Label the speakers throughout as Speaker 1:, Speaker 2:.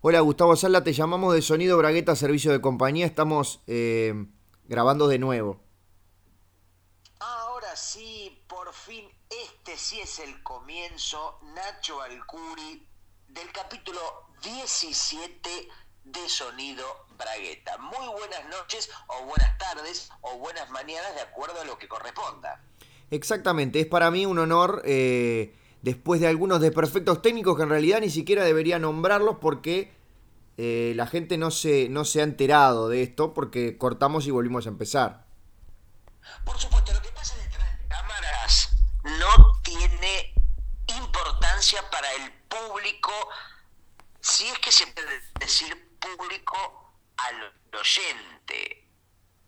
Speaker 1: Hola Gustavo Sala, te llamamos de Sonido Bragueta Servicio de Compañía. Estamos eh, grabando de nuevo.
Speaker 2: Ahora sí, por fin, este sí es el comienzo, Nacho Alcuri, del capítulo 17 de Sonido Bragueta. Muy buenas noches, o buenas tardes, o buenas mañanas, de acuerdo a lo que corresponda.
Speaker 1: Exactamente, es para mí un honor, eh, después de algunos desperfectos técnicos que en realidad ni siquiera debería nombrarlos porque eh, la gente no se, no se ha enterado de esto, porque cortamos y volvimos a empezar.
Speaker 2: Por supuesto, lo que pasa detrás de cámaras no tiene importancia para el público, si es que se puede decir público al oyente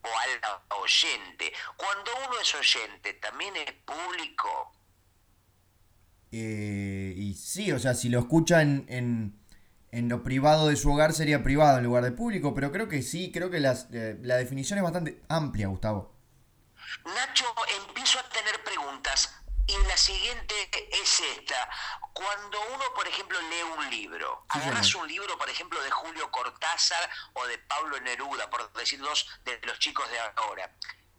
Speaker 2: o al oyente. Cuando uno es oyente, también es público.
Speaker 1: Eh, y sí, o sea, si lo escuchan en, en lo privado de su hogar sería privado en lugar de público, pero creo que sí, creo que las, eh, la definición es bastante amplia, Gustavo.
Speaker 2: Nacho, empiezo a tener preguntas y la siguiente es esta. Cuando uno, por ejemplo, lee un libro,
Speaker 1: Sí,
Speaker 2: agarras
Speaker 1: señor.
Speaker 2: un libro, por ejemplo, de Julio Cortázar o de Pablo Neruda, por decir dos de los chicos de ahora,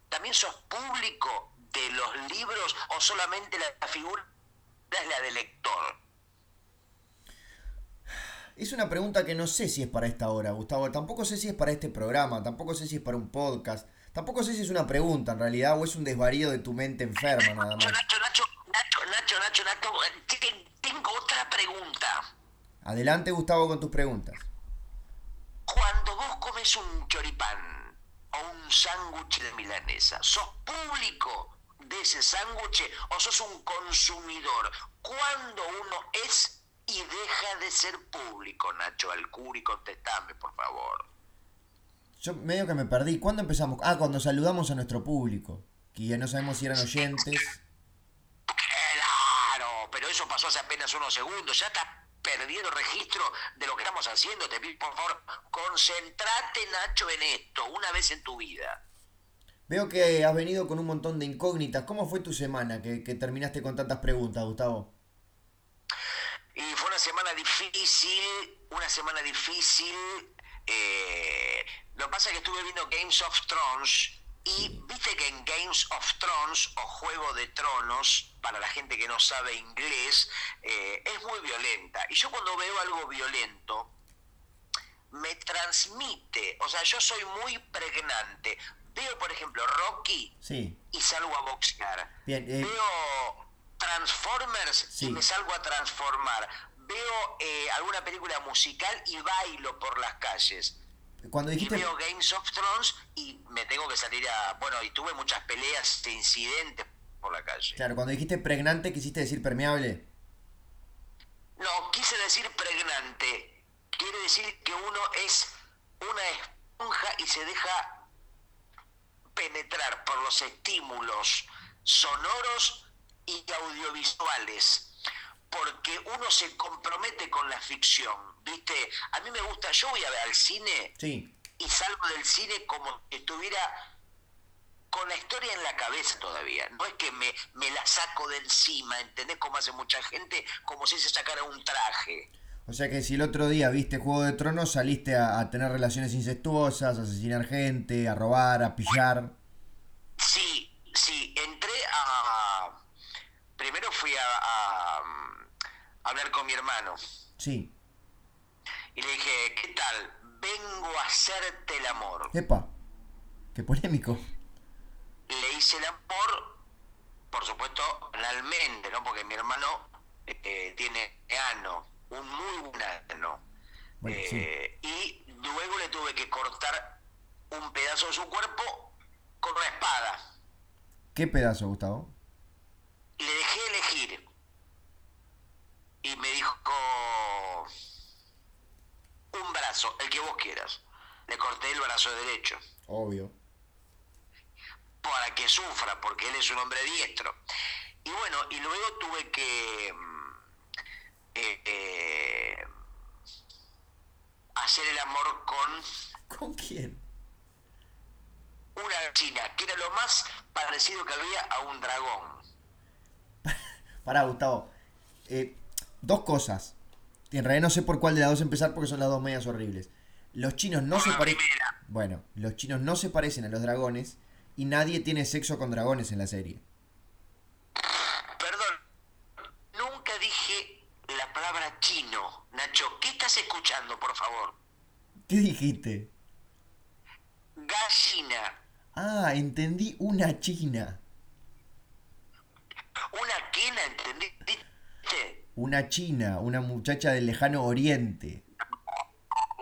Speaker 2: ¿también sos público de los libros o solamente la, la figura es la del lector?
Speaker 1: Es una pregunta que no sé si es para esta hora, Gustavo. Tampoco sé si es para este programa, tampoco sé si es para un podcast. Tampoco sé si es una pregunta en realidad o es un desvarío de tu mente enferma nada
Speaker 2: Nacho,
Speaker 1: más.
Speaker 2: Nacho, Nacho, Nacho, Nacho, Nacho, Nacho, te- tengo otra pregunta.
Speaker 1: Adelante, Gustavo, con tus preguntas.
Speaker 2: Cuando vos comes un choripán o un sándwich de milanesa, ¿sos público de ese sándwich o sos un consumidor? ¿Cuándo uno es y deja de ser público, Nacho Alcuri? Contestame, por favor.
Speaker 1: Yo medio que me perdí. ¿Cuándo empezamos? Ah, cuando saludamos a nuestro público. Que ya no sabemos si eran oyentes.
Speaker 2: Claro, pero eso pasó hace apenas unos segundos. Ya estás perdiendo registro de lo que estamos haciendo. Te pido, por favor, concentrate, Nacho, en esto, una vez en tu vida.
Speaker 1: Veo que has venido con un montón de incógnitas. ¿Cómo fue tu semana que, que terminaste con tantas preguntas, Gustavo?
Speaker 2: Y fue una semana difícil, una semana difícil. eh, lo que pasa es que estuve viendo Games of Thrones y viste que en Games of Thrones o Juego de Tronos, para la gente que no sabe inglés, eh, es muy violenta. Y yo cuando veo algo violento, me transmite, o sea, yo soy muy pregnante. Veo, por ejemplo, Rocky
Speaker 1: Sí.
Speaker 2: y salgo a boxear.
Speaker 1: Bien, eh.
Speaker 2: Veo Transformers
Speaker 1: Sí.
Speaker 2: y me salgo a transformar. Veo eh, alguna película musical y bailo por las calles.
Speaker 1: Cuando
Speaker 2: Y
Speaker 1: dijiste...
Speaker 2: veo Games of Thrones y me tengo que salir a... Bueno, y tuve muchas peleas e incidentes por la calle.
Speaker 1: Claro, cuando dijiste pregnante quisiste decir permeable.
Speaker 2: No, quise decir pregnante. Quiere decir que uno es una esponja y se deja penetrar por los estímulos sonoros y audiovisuales. Porque uno se compromete con la ficción, ¿viste? A mí me gusta, yo voy a ver al cine
Speaker 1: Sí.
Speaker 2: y salgo del cine como si estuviera con la historia en la cabeza todavía. No es que me, me la saco de encima, ¿entendés? Como hace mucha gente, como si se sacara un traje.
Speaker 1: O sea que si el otro día viste Juego de Tronos, saliste a, a tener relaciones incestuosas, a asesinar gente, a robar, a pillar.
Speaker 2: Sí, sí, entré a... Primero fui a, a- a hablar con mi hermano
Speaker 1: Sí.
Speaker 2: y le dije, ¿qué tal? Vengo a hacerte el amor.
Speaker 1: Epa. Qué polémico.
Speaker 2: le hice el amor, por supuesto, analmente, ¿no? Porque mi hermano eh, tiene ano, un muy buen ano.
Speaker 1: Bueno,
Speaker 2: Eh, Y luego le tuve que cortar un pedazo de su cuerpo con una espada.
Speaker 1: Qué pedazo, Gustavo.
Speaker 2: Le dejé elegir. Y me dijo, un brazo, el que vos quieras. Le corté el brazo derecho.
Speaker 1: Obvio.
Speaker 2: para que sufra, porque él es un hombre diestro. Y bueno, y luego tuve que mm, eh, eh, hacer el amor con
Speaker 1: ¿Con quién?
Speaker 2: una china, que era lo más parecido que había a un dragón.
Speaker 1: Pará, Gustavo. Eh, dos cosas. Te- en realidad no sé por cuál de las dos empezar porque son las dos medias horribles. Los chinos no
Speaker 2: Por
Speaker 1: se
Speaker 2: la
Speaker 1: parecen.
Speaker 2: primera.
Speaker 1: Bueno, los chinos no se parecen a los dragones y nadie tiene sexo con dragones en la serie.
Speaker 2: Perdón, nunca dije la palabra chino. Nacho, ¿qué estás escuchando, por favor?
Speaker 1: ¿Qué dijiste?
Speaker 2: Gallina.
Speaker 1: Ah, entendí una china.
Speaker 2: ¿Una quena, entendiste?
Speaker 1: Una china, una muchacha del lejano oriente.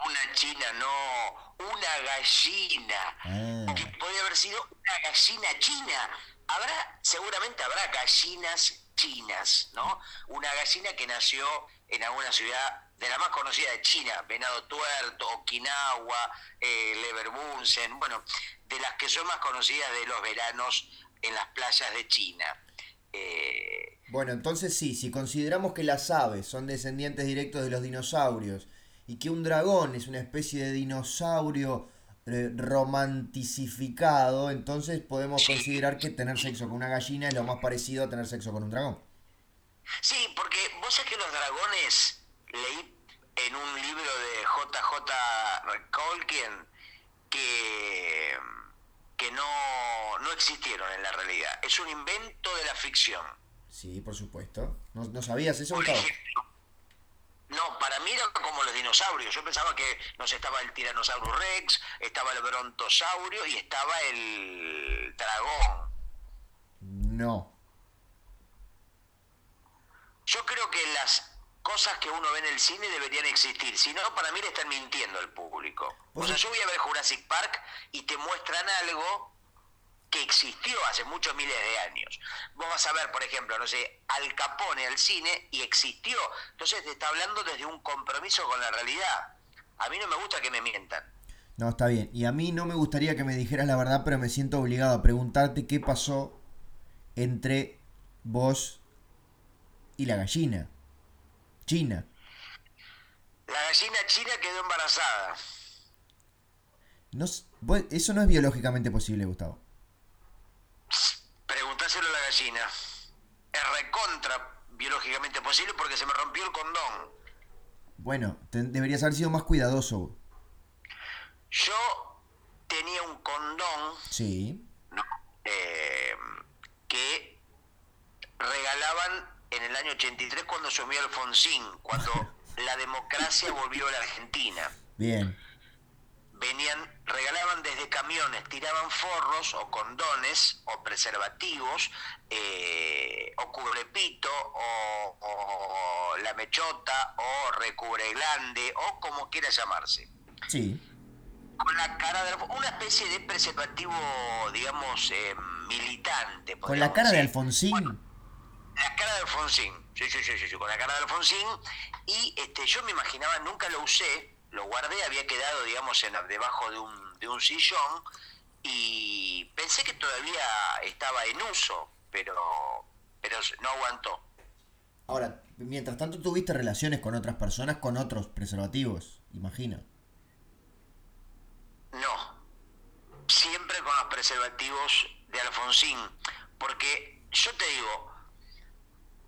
Speaker 2: Una china, no. Una gallina.
Speaker 1: Ah,
Speaker 2: Que podría haber sido una gallina china. Habrá, seguramente habrá gallinas chinas, ¿no? Una gallina que nació en alguna ciudad de la más conocida de China, Venado Tuerto, Okinawa, eh, Leverkusen, bueno, de las que son más conocidas de los veranos en las playas de China. Eh,
Speaker 1: Bueno, entonces sí, si consideramos que las aves son descendientes directos de los dinosaurios y que un dragón es una especie de dinosaurio eh, romanticificado, entonces podemos considerar que tener sexo con una gallina es lo más parecido a tener sexo con un dragón.
Speaker 2: Sí, porque vos sabés que los dragones, leí en un libro de JJ Tolkien, que, que no, no existieron en la realidad. Es un invento de la ficción.
Speaker 1: Sí, por supuesto. ¿No, no sabías eso,
Speaker 2: Por
Speaker 1: Gustavo?
Speaker 2: ejemplo, no, para mí era como los dinosaurios. Yo pensaba que, no sé, estaba el Tyrannosaurus Rex, estaba el Brontosaurio y estaba el dragón.
Speaker 1: No.
Speaker 2: Yo creo que las cosas que uno ve en el cine deberían existir, si no, para mí le están mintiendo al público. O
Speaker 1: Vos
Speaker 2: sea,
Speaker 1: sabés-
Speaker 2: yo voy a ver Jurassic Park y te muestran algo que existió hace muchos miles de años. Vos vas a ver, por ejemplo, no sé, Al Capone al cine y existió. Entonces te está hablando desde un compromiso con la realidad. A mí no me gusta que me mientan.
Speaker 1: No, está bien. Y a mí no me gustaría que me dijeras la verdad, pero me siento obligado a preguntarte qué pasó entre vos y la gallina. China.
Speaker 2: La gallina china quedó embarazada.
Speaker 1: No, s- vos- eso no es biológicamente posible, Gustavo.
Speaker 2: Preguntáselo a la gallina. Es recontra biológicamente posible porque se me rompió el condón.
Speaker 1: Bueno, te- deberías haber sido más cuidadoso.
Speaker 2: Yo tenía un condón
Speaker 1: Sí.
Speaker 2: ¿no? Eh, que regalaban en el año 83 cuando asumió Alfonsín, cuando la democracia volvió a la Argentina.
Speaker 1: Bien.
Speaker 2: Venían, regalaban desde camiones, tiraban forros o condones o preservativos eh, o cubrepito o, o la mechota o recubreglande o como quiera llamarse
Speaker 1: Sí.
Speaker 2: con la cara de Alfo- una especie de preservativo, digamos, eh, militante.
Speaker 1: Con la
Speaker 2: podríamos
Speaker 1: cara de
Speaker 2: decir.
Speaker 1: Alfonsín.
Speaker 2: La cara de Alfonsín, sí, sí, sí, sí, sí, con la cara de Alfonsín. Y este, yo me imaginaba, nunca lo usé, lo guardé, había quedado, digamos, en, debajo de un, de un sillón y pensé que todavía estaba en uso, pero, pero no aguantó.
Speaker 1: Ahora, mientras tanto tuviste relaciones con otras personas con otros preservativos, imagino.
Speaker 2: No. Siempre con los preservativos de Alfonsín. Porque yo te digo,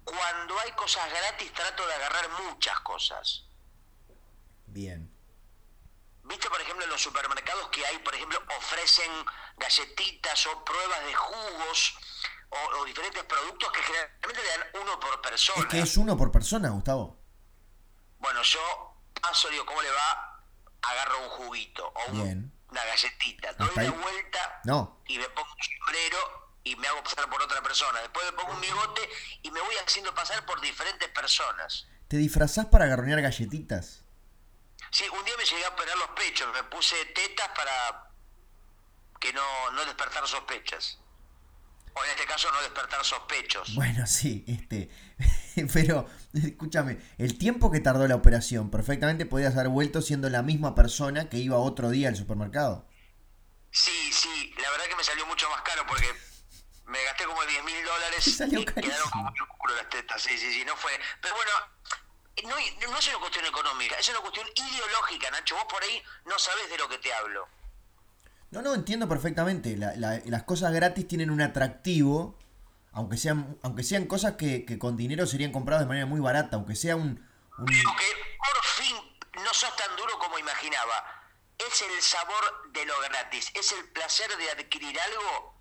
Speaker 2: cuando hay cosas gratis trato de agarrar muchas cosas.
Speaker 1: Bien.
Speaker 2: ¿Viste, por ejemplo, en los supermercados que hay, por ejemplo, ofrecen galletitas o pruebas de jugos o, o diferentes productos que generalmente le dan uno por persona?
Speaker 1: Es que es uno por persona, Gustavo.
Speaker 2: Bueno, yo paso, digo, ¿cómo le va? Agarro un juguito o un-
Speaker 1: Bien.
Speaker 2: una galletita. Doy
Speaker 1: Hasta
Speaker 2: la
Speaker 1: ahí-
Speaker 2: vuelta
Speaker 1: No.
Speaker 2: y me pongo un sombrero y me hago pasar por otra persona. Después me pongo un bigote y me voy haciendo pasar por diferentes personas.
Speaker 1: Te disfrazás para garronear galletitas.
Speaker 2: Sí, un día me llegué a operar los pechos, me puse tetas para que no, no despertar sospechas. O en este caso no despertar sospechos.
Speaker 1: Bueno, sí, este. Pero, escúchame, el tiempo que tardó la operación, perfectamente podías haber vuelto siendo la misma persona que iba otro día al supermercado.
Speaker 2: Sí, sí, la verdad que me salió mucho más caro porque me gasté como 10 mil dólares
Speaker 1: Te
Speaker 2: y
Speaker 1: salió
Speaker 2: quedaron
Speaker 1: carísimo.
Speaker 2: como el culo las tetas. Sí, sí, sí, no fue. Pero bueno, no, hay- no es una cuestión económica, es una cuestión ideológica, Nacho. Vos por ahí no sabés de lo que te hablo.
Speaker 1: No, no, entiendo perfectamente. La- la- las cosas gratis tienen un atractivo, aunque sean, aunque sean cosas que, que con dinero serían compradas de manera muy barata, aunque sea un,
Speaker 2: Creo que por fin no sos tan duro como imaginaba. Es el sabor de lo gratis, es el placer de adquirir algo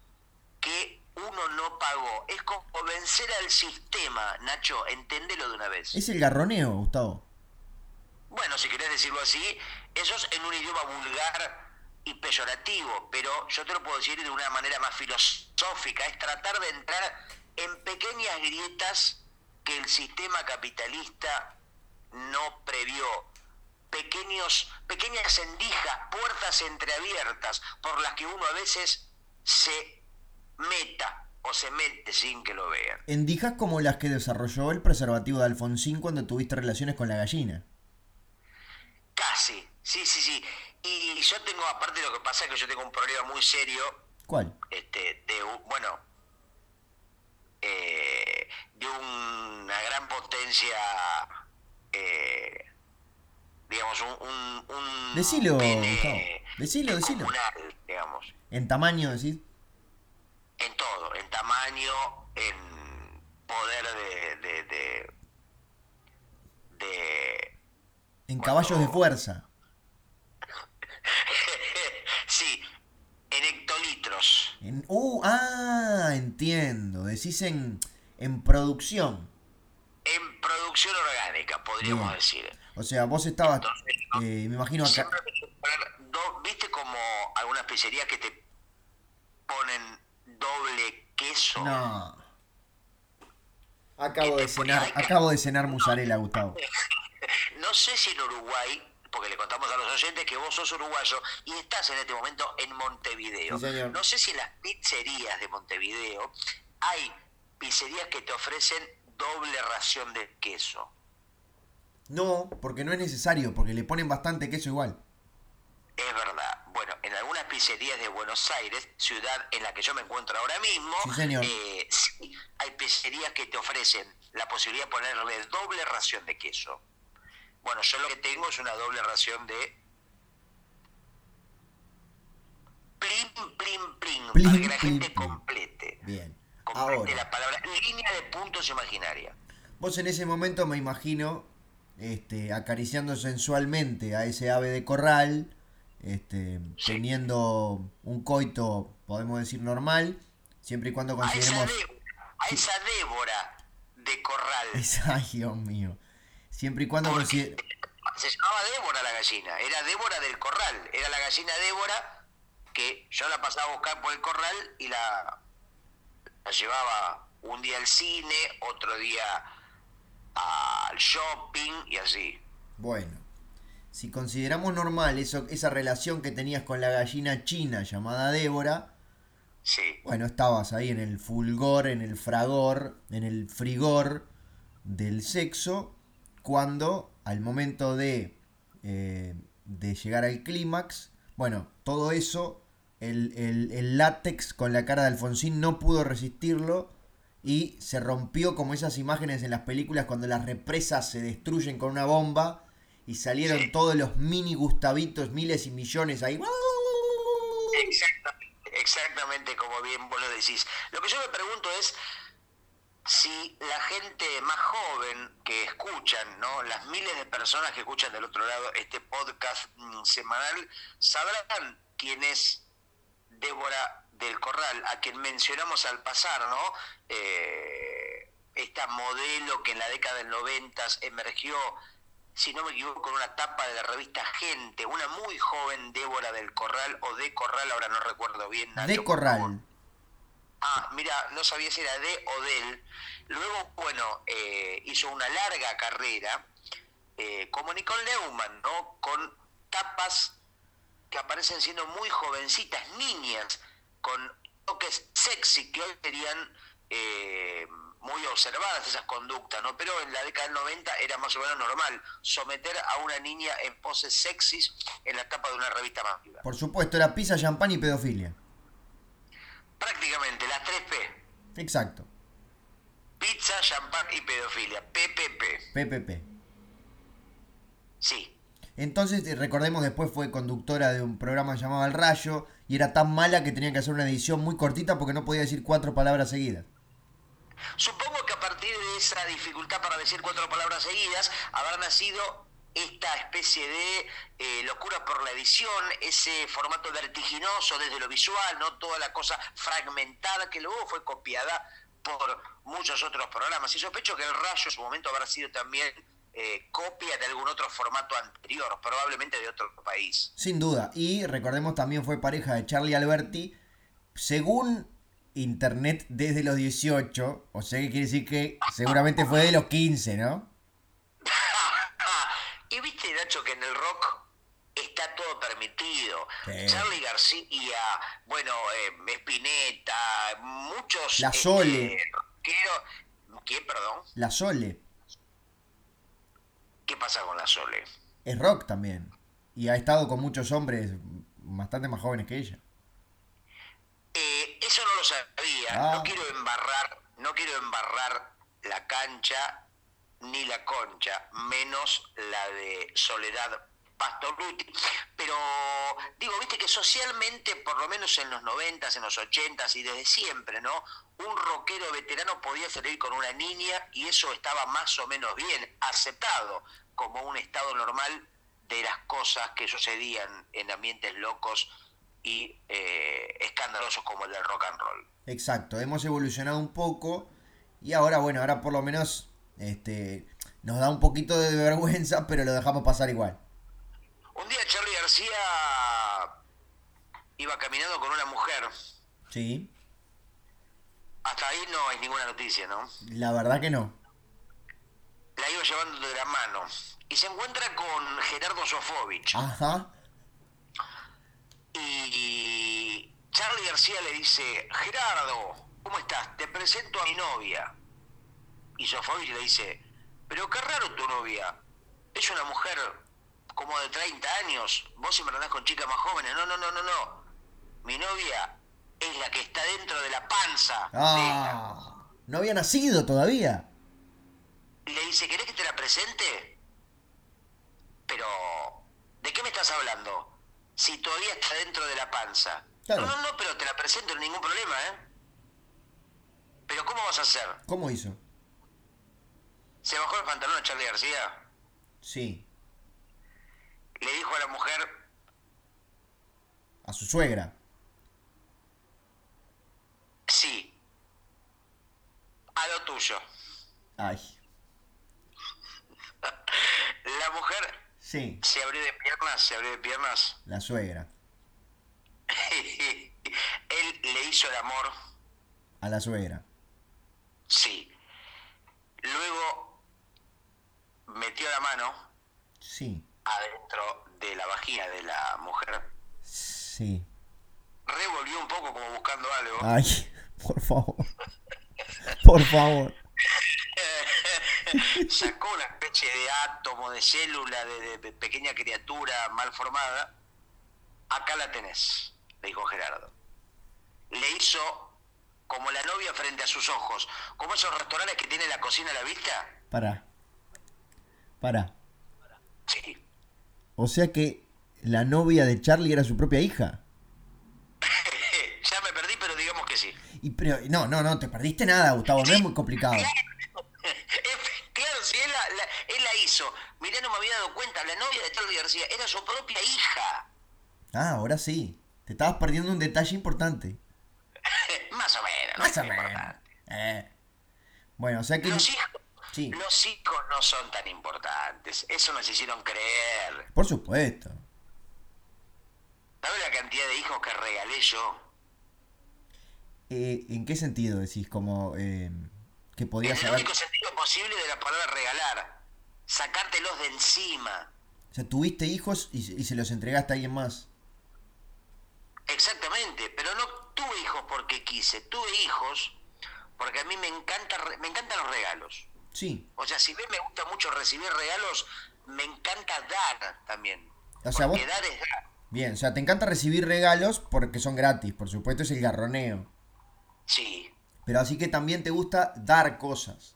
Speaker 2: que uno no pagó. Es como vencer al sistema, Nacho, entendelo de una vez.
Speaker 1: Es el garroneo, Gustavo.
Speaker 2: Bueno, si querés decirlo así, eso es en un idioma vulgar y peyorativo, pero yo te lo puedo decir de una manera más filosófica, es tratar de entrar en pequeñas grietas que el sistema capitalista no previó. Pequeños, pequeñas endijas, puertas entreabiertas por las que uno a veces se meta o se mete sin que lo vean.
Speaker 1: Endijas como las que desarrolló el preservativo de Alfonsín cuando tuviste relaciones con la gallina.
Speaker 2: Casi, sí, sí, sí. Y yo tengo, aparte lo que pasa es que yo tengo un problema muy serio,
Speaker 1: ¿Cuál?
Speaker 2: este, de, un- bueno, eh, de una gran potencia, eh, digamos, un, un, un
Speaker 1: Decilo,
Speaker 2: pene
Speaker 1: Gustavo. Decilo, decilo.
Speaker 2: descomunal, digamos.
Speaker 1: En tamaño, decís.
Speaker 2: en todo, en tamaño, en poder de de, de, de-
Speaker 1: En caballos de fuerza.
Speaker 2: sí, en hectolitros.
Speaker 1: En... Uh, ah, entiendo. Decís en, en producción.
Speaker 2: En producción orgánica, podríamos
Speaker 1: Bien.
Speaker 2: decir.
Speaker 1: O sea, vos estabas, eh, me imagino acá.
Speaker 2: Siempre me quiero poner do- ¿Viste como algunas pizzerías que te ponen doble queso?
Speaker 1: No,
Speaker 3: Acabo de cenar.
Speaker 1: acabo de cenar mozzarella, Gustavo.
Speaker 2: No sé si en Uruguay, porque le contamos a los oyentes que vos sos uruguayo y estás en este momento en Montevideo.
Speaker 3: Sí, señor.
Speaker 2: No sé si en las pizzerías de Montevideo hay pizzerías que te ofrecen doble ración de queso.
Speaker 1: No, porque no es necesario, porque le ponen bastante queso igual.
Speaker 2: Es verdad. Bueno, en algunas pizzerías de Buenos Aires, ciudad en la que yo me encuentro ahora mismo,
Speaker 1: Sí, señor.
Speaker 2: eh, sí, hay pizzerías que te ofrecen la posibilidad de ponerle doble ración de queso. Bueno, yo lo que tengo es una doble ración de... Plim, plim, plim,
Speaker 1: Plim,
Speaker 2: para que la
Speaker 1: plim,
Speaker 2: gente
Speaker 1: plim.
Speaker 2: complete.
Speaker 1: Bien.
Speaker 2: Complete
Speaker 1: Ahora,
Speaker 2: la palabra. Línea de puntos imaginaria.
Speaker 1: vos en ese momento me imagino este, acariciando sensualmente a ese ave de corral, este, teniendo un coito, podemos decir, normal, siempre y cuando
Speaker 2: A esa,
Speaker 1: consideremos...
Speaker 2: Débora, a esa Débora de Corral.
Speaker 1: Ay, Dios mío. Siempre y cuando
Speaker 2: Porque
Speaker 1: consideremos...
Speaker 2: se llamaba Débora la gallina, era Débora del corral, era la gallina Débora que yo la pasaba a buscar por el corral y la, la llevaba un día al cine, otro día al shopping y así.
Speaker 1: Bueno, si consideramos normal eso, esa relación que tenías con la gallina china llamada Débora,
Speaker 2: Sí.
Speaker 1: bueno, estabas ahí en el fulgor, en el fragor, en el frigor del sexo, cuando al momento de, eh, de llegar al clímax, bueno, todo eso, el, el- el látex con la cara de Alfonsín no pudo resistirlo y se rompió como esas imágenes en las películas cuando las represas se destruyen con una bomba y salieron
Speaker 2: Sí.
Speaker 1: todos los mini gustavitos, miles y millones ahí.
Speaker 2: Exactamente, exactamente como bien vos lo decís. Lo que yo me pregunto es si la gente más joven que escuchan, ¿no? Las miles de personas que escuchan del otro lado este podcast mm, semanal, sabrán quién es Débora del Corral, a quien mencionamos al pasar, ¿no? Eh, esta modelo que en la década del 90 emergió, si no me equivoco, con una tapa de la revista Gente, una muy joven Débora del Corral o de Corral, ahora no recuerdo bien. Nacho,
Speaker 1: De
Speaker 2: por favor.
Speaker 1: corral.
Speaker 2: Ah, mira, no sabía si era de o del. Luego, bueno, eh, hizo una larga carrera, eh, como Nicole Neumann, ¿no? Con tapas que aparecen siendo muy jovencitas, niñas, con toques sexy que hoy serían eh, muy observadas esas conductas, ¿no? Pero en la década del 90 era más o menos normal someter a una niña en poses sexys en la tapa de una revista más viva.
Speaker 1: Por supuesto, era pizza, champán y pedofilia.
Speaker 2: Prácticamente las 3P.
Speaker 1: Exacto.
Speaker 2: Pizza, champán y pedofilia. PPP.
Speaker 1: PPP.
Speaker 2: Sí.
Speaker 1: Entonces, eh, recordemos, después fue conductora de un programa llamado El Rayo y era tan mala que tenía que hacer una edición muy cortita porque no podía decir cuatro palabras seguidas.
Speaker 2: Supongo que a partir de esa dificultad para decir cuatro palabras seguidas, habrá nacido esta especie de eh, locura por la edición, ese formato vertiginoso desde lo visual, no toda la cosa fragmentada que luego fue copiada por muchos otros programas. Y sospecho que el rayo en su momento habrá sido también eh, copia de algún otro formato anterior, probablemente de otro país.
Speaker 1: Sin duda. Y recordemos también fue pareja de Charlie Alberti, según Internet desde los 18, o sea que quiere decir que seguramente fue de los 15, ¿no?
Speaker 2: y viste, Nacho, que en el rock está todo permitido.
Speaker 1: Sí.
Speaker 2: Charlie García, bueno, eh, Spinetta, muchos...
Speaker 1: La Sole.
Speaker 2: este, rockeros- ¿Qué, perdón?
Speaker 1: La Sole.
Speaker 2: ¿Qué pasa con la Sole?
Speaker 1: Es rock también. Y ha estado con muchos hombres bastante más jóvenes que ella.
Speaker 2: Eh, eso no lo sabía.
Speaker 1: Ah.
Speaker 2: No quiero embarrar, no quiero embarrar la cancha ni la concha, menos la de Soledad Pastoruti. Pero digo, viste que socialmente, por lo menos en los 90, en los 80 y desde siempre, ¿no? Un rockero veterano podía salir con una niña y eso estaba más o menos bien, aceptado como un estado normal de las cosas que sucedían en ambientes locos y eh, escandalosos como el del rock and roll.
Speaker 1: Exacto, hemos evolucionado un poco y ahora, bueno, ahora por lo menos este, nos da un poquito de vergüenza, pero lo dejamos pasar igual.
Speaker 2: Un día Charlie García iba caminando con una mujer.
Speaker 1: Sí,
Speaker 2: Hasta ahí no hay ninguna noticia, ¿no?
Speaker 1: la verdad que no.
Speaker 2: La iba llevando de la mano. Y se encuentra con Gerardo Sofovich.
Speaker 1: Ajá,
Speaker 2: Y Charlie García le dice, Gerardo, ¿cómo estás? Te presento a mi novia. Y Sofovich le dice, pero qué raro tu novia. Es una mujer como de 30 años. Vos siempre andás con chicas más jóvenes. No, no, no, no, no. Mi novia es la que está dentro de la panza. de ella".
Speaker 1: ah, no había nacido todavía.
Speaker 2: le dice, ¿querés que te la presente? Pero, ¿de qué me estás hablando? Si todavía está dentro de la panza.
Speaker 1: Claro.
Speaker 2: No, no, no, pero te la presento, no hay ningún problema, ¿eh? Pero ¿cómo vas a hacer?
Speaker 1: ¿Cómo hizo?
Speaker 2: ¿Se bajó el pantalón a Charlie García?
Speaker 1: Sí,
Speaker 2: Le dijo a la mujer,
Speaker 1: a su suegra.
Speaker 2: sí, a lo tuyo.
Speaker 1: Ay,
Speaker 2: La mujer
Speaker 1: sí,
Speaker 2: se abrió de piernas, se abrió de piernas.
Speaker 1: la suegra.
Speaker 2: Él le hizo el amor.
Speaker 1: A la suegra.
Speaker 2: Sí. Luego metió la mano
Speaker 1: Sí,
Speaker 2: adentro de la vagina de la mujer.
Speaker 1: sí.
Speaker 2: Revolvió un poco como buscando algo.
Speaker 1: Ay, por favor. Por favor.
Speaker 2: Sacó una especie de átomo, de célula, de, de pe- pequeña criatura mal formada. Acá la tenés, le dijo Gerardo. Le hizo como la novia frente a sus ojos, como esos restaurantes que tiene la cocina a la vista.
Speaker 1: Pará. Pará.
Speaker 2: Sí.
Speaker 1: O sea que la novia de Charlie era su propia hija.
Speaker 2: ya me perdí, pero digamos que sí.
Speaker 1: Y pero, no, no, no, te perdiste nada, Gustavo, no es muy complicado.
Speaker 2: Es- Claro, si él la, la- él la hizo. Mirá, no me había dado cuenta, la novia de Charlie García era su propia hija.
Speaker 1: Ah, ahora sí. Te estabas perdiendo un detalle importante.
Speaker 2: Más o menos. no
Speaker 1: Más o
Speaker 2: es
Speaker 1: menos.
Speaker 2: importante.
Speaker 1: Eh. Bueno, o sea que.
Speaker 2: Los hijos,
Speaker 1: Sí.
Speaker 2: los hijos no son tan importantes. Eso nos hicieron creer.
Speaker 1: Por supuesto.
Speaker 2: ¿Sabes la cantidad de hijos que regalé yo?
Speaker 1: Eh, ¿En qué sentido decís? Como eh, que podías
Speaker 2: En el
Speaker 1: haber.
Speaker 2: único sentido posible de la palabra regalar. Sacártelos de encima.
Speaker 1: O sea, tuviste hijos y, se- y se los entregaste a alguien más.
Speaker 2: Exactamente, pero no tuve hijos porque quise, tuve hijos porque a mí me encanta re- me encantan los regalos.
Speaker 1: Sí.
Speaker 2: O sea, si bien me gusta mucho recibir regalos, me encanta dar también.
Speaker 1: O sea,
Speaker 2: Porque
Speaker 1: vos-
Speaker 2: dar es dar.
Speaker 1: Bien, o sea, te encanta recibir regalos porque son gratis, por supuesto, es el garroneo.
Speaker 2: Sí,
Speaker 1: Pero así que también te gusta dar cosas.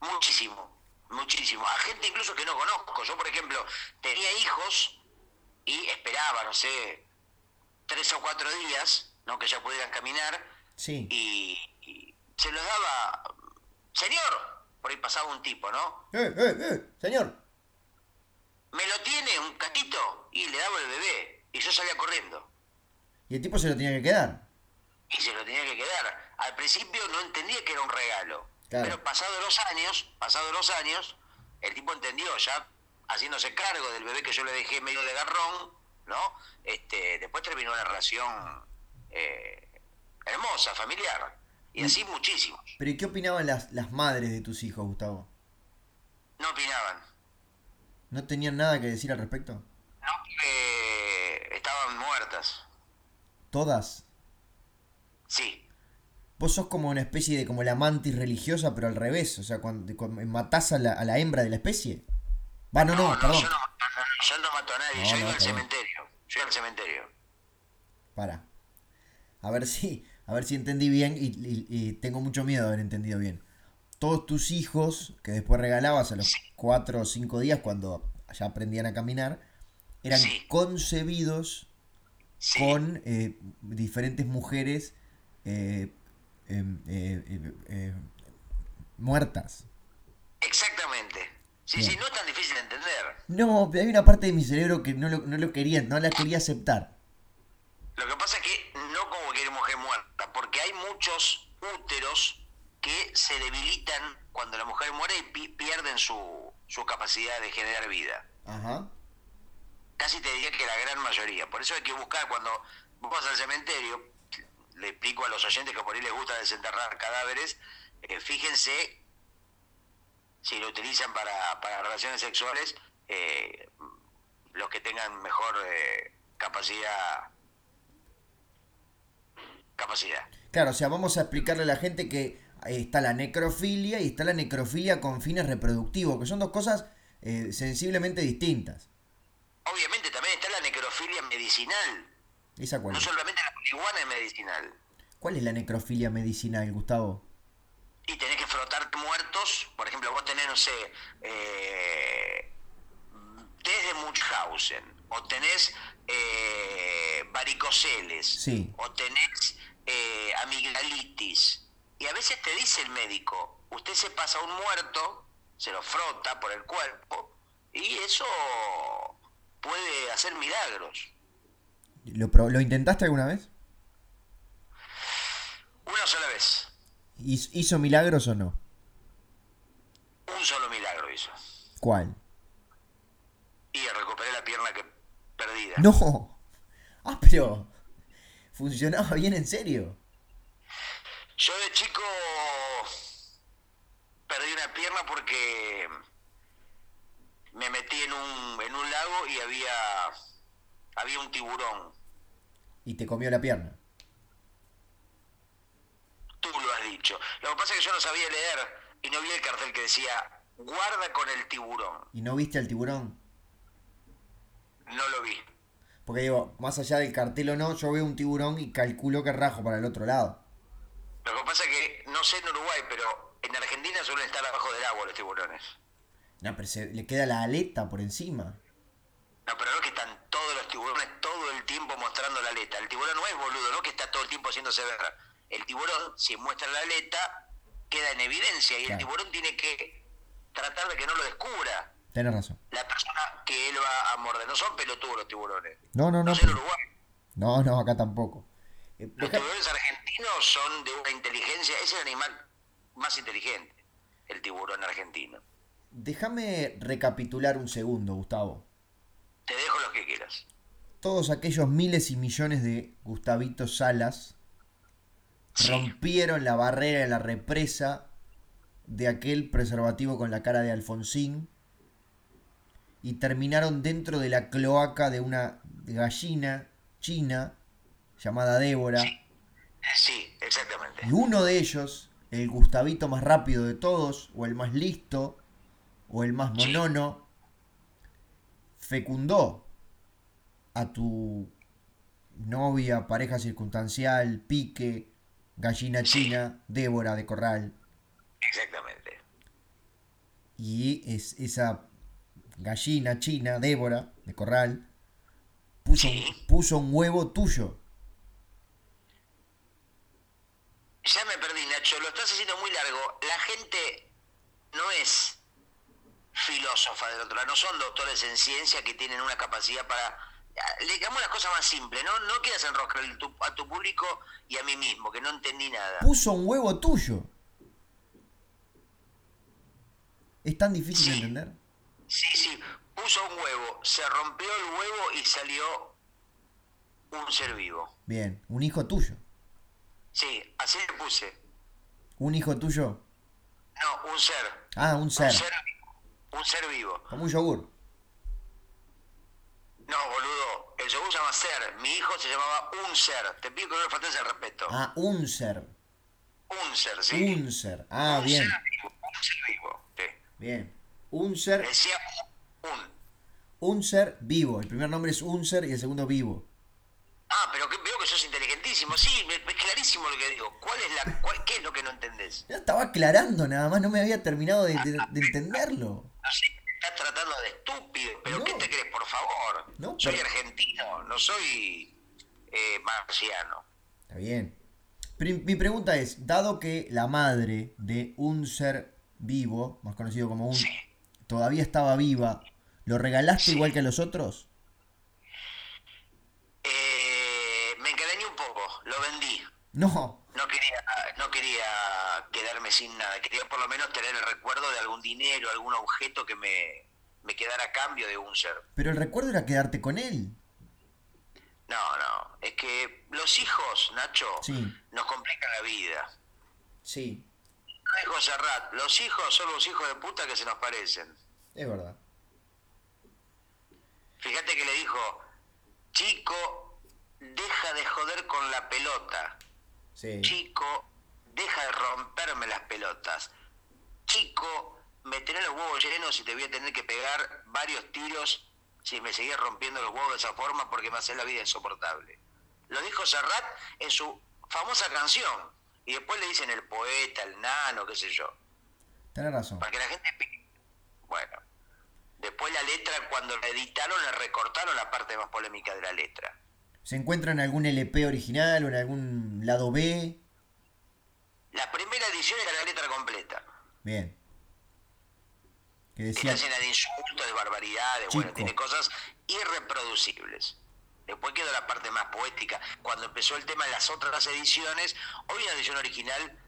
Speaker 2: muchísimo, muchísimo. A gente incluso que no conozco. Yo, por ejemplo, tenía hijos y esperaba, no sé, tres o cuatro días, ¿no? Que ya pudieran caminar
Speaker 1: Sí.
Speaker 2: y, y se los daba, señor, por ahí pasaba un tipo, ¿no?
Speaker 1: ¡Eh, eh, eh! Señor,
Speaker 2: Me lo tiene un catito y le daba el bebé y yo salía corriendo
Speaker 1: Y el tipo se lo tenía que quedar.
Speaker 2: y se lo tenía que quedar. Al principio no entendía que era un regalo,
Speaker 1: Claro.
Speaker 2: pero pasados los años, pasados los años, el tipo entendió ya haciéndose cargo del bebé que yo le dejé medio de garrón, ¿no? Este, después terminó una relación eh, hermosa, familiar y así
Speaker 1: Mm.
Speaker 2: muchísimos.
Speaker 1: Pero ¿y qué opinaban las, las madres de tus hijos, Gustavo?
Speaker 2: No opinaban.
Speaker 1: ¿No tenían nada que decir al respecto?
Speaker 2: No, eh, estaban muertas.
Speaker 1: Todas.
Speaker 2: Sí,
Speaker 1: Vos sos como una especie de como la mantis religiosa, pero al revés. O sea, cuando, cuando matás a la, a la hembra de la especie. Va, no, no, perdón.
Speaker 2: yo no, yo no mato a nadie,
Speaker 1: No,
Speaker 2: yo
Speaker 1: no,
Speaker 2: iba al
Speaker 1: perdón.
Speaker 2: cementerio, yo iba al cementerio.
Speaker 1: Para. A ver si, a ver si entendí bien y, y- y tengo mucho miedo de haber entendido bien. Todos tus hijos que después regalabas a los cuatro o cinco días cuando ya aprendían a caminar, eran
Speaker 2: Sí.
Speaker 1: concebidos
Speaker 2: Sí.
Speaker 1: con eh, diferentes mujeres eh, em, eh, eh, eh, muertas.
Speaker 2: Exactamente. Sí,
Speaker 1: Bien.
Speaker 2: sí, no es tan difícil de entender.
Speaker 1: No, pero hay una parte de mi cerebro que no lo, no lo quería, no la quería aceptar.
Speaker 2: Lo que pasa es que no como cualquier mujer muerta, porque hay muchos úteros que se debilitan cuando la mujer muere y pi- pierden su, su capacidad de generar vida.
Speaker 1: Ajá.
Speaker 2: Casi te diría que la gran mayoría. Por eso hay que buscar cuando vos vas al cementerio, le explico a los oyentes que por ahí les gusta desenterrar cadáveres, eh, fíjense si lo utilizan para, para relaciones sexuales, eh, los que tengan mejor eh, capacidad. Capacidad.
Speaker 1: Claro, o sea, vamos a explicarle a la gente que ahí está la necrofilia y está la necrofilia con fines reproductivos, que son dos cosas eh, sensiblemente distintas.
Speaker 2: Obviamente también está la necrofilia medicinal.
Speaker 1: ¿Esa cuál
Speaker 2: No
Speaker 1: es?
Speaker 2: solamente la marihuana es medicinal.
Speaker 1: ¿Cuál es la necrofilia medicinal, Gustavo?
Speaker 2: y tenés que frotar muertos. Por ejemplo, vos tenés, no sé, eh, desde Munchausen, o tenés eh, varicoceles,
Speaker 1: Sí.
Speaker 2: o tenés eh, amigdalitis. Y a veces te dice el médico, usted se pasa a un muerto, se lo frota por el cuerpo, y eso puede hacer milagros.
Speaker 1: ¿Lo, pro- lo intentaste alguna vez?
Speaker 2: Una sola vez,
Speaker 1: ¿Hiz- ¿Hizo milagros o no?
Speaker 2: un solo milagro hizo.
Speaker 1: ¿Cuál?
Speaker 2: Y recuperé la pierna que perdida.
Speaker 1: No. Ah, pero funcionaba bien en serio.
Speaker 2: Yo de chico perdí una pierna porque me metí en un, en un lago y había, había un tiburón.
Speaker 1: Y te comió la pierna.
Speaker 2: Tú lo has dicho. Lo que pasa es que yo no sabía leer y no vi el cartel que decía guarda con el tiburón.
Speaker 1: ¿Y no viste al tiburón?
Speaker 2: No lo vi.
Speaker 1: Porque digo, más allá del cartel o no, yo veo un tiburón y calculo que rajo para el otro lado.
Speaker 2: Lo que pasa es que no sé en Uruguay, pero en Argentina suelen estar abajo del agua los tiburones.
Speaker 1: No, pero se- le queda la aleta por encima.
Speaker 2: No, pero no es que están todos los tiburones todo el tiempo mostrando la aleta. El tiburón no es boludo, no es que está todo el tiempo haciéndose ver. El tiburón, si muestra la aleta, queda en evidencia y el
Speaker 1: Claro.
Speaker 2: tiburón tiene que tratar de que no lo descubra
Speaker 1: Tenés razón.
Speaker 2: la persona que él va a morder. No son pelotudos los tiburones.
Speaker 1: No, no,
Speaker 2: No
Speaker 1: no.
Speaker 2: sé en
Speaker 1: pero-
Speaker 2: Uruguay.
Speaker 1: No, no, acá tampoco. Eh,
Speaker 2: Los
Speaker 1: deja-
Speaker 2: tiburones argentinos son de una inteligencia, es el animal más inteligente, el tiburón argentino.
Speaker 1: Déjame recapitular un segundo, Gustavo.
Speaker 2: Te dejo los que quieras.
Speaker 1: Todos aquellos miles y millones de Gustavito Salas rompieron la barrera de la represa de aquel preservativo con la cara de Alfonsín y terminaron dentro de la cloaca de una gallina china llamada Débora.
Speaker 2: Sí, exactamente.
Speaker 1: Y uno de ellos, el Gustavito más rápido de todos, o el más listo, o el más
Speaker 2: Sí.
Speaker 1: monono, fecundó a tu novia, pareja circunstancial, pique, gallina
Speaker 2: Sí.
Speaker 1: china, Débora de Corral.
Speaker 2: Exactamente.
Speaker 1: Y es, esa gallina china, Débora de Corral, puso,
Speaker 2: Sí.
Speaker 1: puso un huevo tuyo.
Speaker 2: Ya me perdí, Nacho, lo estás haciendo muy largo. La gente no es filósofa del otro lado, no son doctores en ciencia que tienen una capacidad para... Digamos una cosa más simple, no, no quieras enroscar el tu- a tu público y a mí mismo, que no entendí nada.
Speaker 1: Puso un huevo tuyo. ¿Es tan difícil de
Speaker 2: Sí.
Speaker 1: entender?
Speaker 2: Sí, sí, puso un huevo, se rompió el huevo y salió un ser vivo.
Speaker 1: Bien, un hijo tuyo.
Speaker 2: Sí, así le puse.
Speaker 1: Un hijo tuyo.
Speaker 2: No, un ser.
Speaker 1: Ah, un
Speaker 2: Un
Speaker 1: ser.
Speaker 2: ser vivo. Un ser vivo.
Speaker 1: Como un yogur.
Speaker 2: No, boludo, el yogur se llama ser. Mi hijo se llamaba un ser. Te pido que no le faltes el respeto.
Speaker 1: Ah, un ser.
Speaker 2: Un ser, sí.
Speaker 1: Un ser. Ah,
Speaker 2: Un
Speaker 1: bien.
Speaker 2: ser vivo. Un ser vivo. Sí.
Speaker 1: Bien. Un ser.
Speaker 2: Le Decía un.
Speaker 1: Un ser vivo. El primer nombre es un ser y el segundo vivo.
Speaker 2: Ah, pero que, veo que sos inteligentísimo. Sí, me- es clarísimo lo que digo. ¿Cuál es la, cuál- ¿Qué es lo que no entendés?
Speaker 1: Yo estaba aclarando nada más, no me había terminado de, de- de entenderlo.
Speaker 2: No sé, me estás tratando de estúpido, pero
Speaker 1: No.
Speaker 2: ¿qué te crees, por favor?
Speaker 1: No,
Speaker 2: soy
Speaker 1: pero-
Speaker 2: argentino, no soy eh, marciano.
Speaker 1: Está bien. Pri- mi pregunta es, dado que la madre de un ser vivo, más conocido como un,
Speaker 2: Sí.
Speaker 1: todavía estaba viva, ¿lo regalaste
Speaker 2: Sí.
Speaker 1: igual que a los otros?
Speaker 2: Eh, me engañé un poco, lo vendí.
Speaker 1: No.
Speaker 2: No quería, no quería quedarme sin nada, quería por lo menos tener el recuerdo de algún dinero, algún objeto que me, me quedara a cambio de un ser.
Speaker 1: Pero el recuerdo era quedarte con él.
Speaker 2: No, no, es que los hijos, Nacho,
Speaker 1: Sí.
Speaker 2: nos complican la vida.
Speaker 1: Sí,
Speaker 2: No es José Rat, los hijos son los hijos de puta que se nos parecen.
Speaker 1: es verdad.
Speaker 2: Fíjate que le dijo, chico, deja de joder con la pelota.
Speaker 1: Sí.
Speaker 2: Chico, deja de romperme las pelotas. Chico, me tenés los huevos llenos y te voy a tener que pegar varios tiros si me seguís rompiendo los huevos de esa forma porque me haces la vida insoportable. Lo dijo Serrat en su famosa canción. Y después le dicen el poeta, el nano, qué sé yo.
Speaker 1: Tenés razón.
Speaker 2: Para que la gente pique. Bueno. Después la letra, cuando la editaron, le recortaron la parte más polémica de la letra.
Speaker 1: ¿Se encuentra en algún LP original o en algún lado B?
Speaker 2: La primera edición era la letra completa.
Speaker 1: Bien. Que
Speaker 2: Está
Speaker 1: decía...
Speaker 2: llena de insultos, de barbaridades, bueno,
Speaker 1: Chico.
Speaker 2: tiene cosas irreproducibles. Después quedó la parte más poética. Cuando empezó el tema de las otras ediciones, hoy la edición original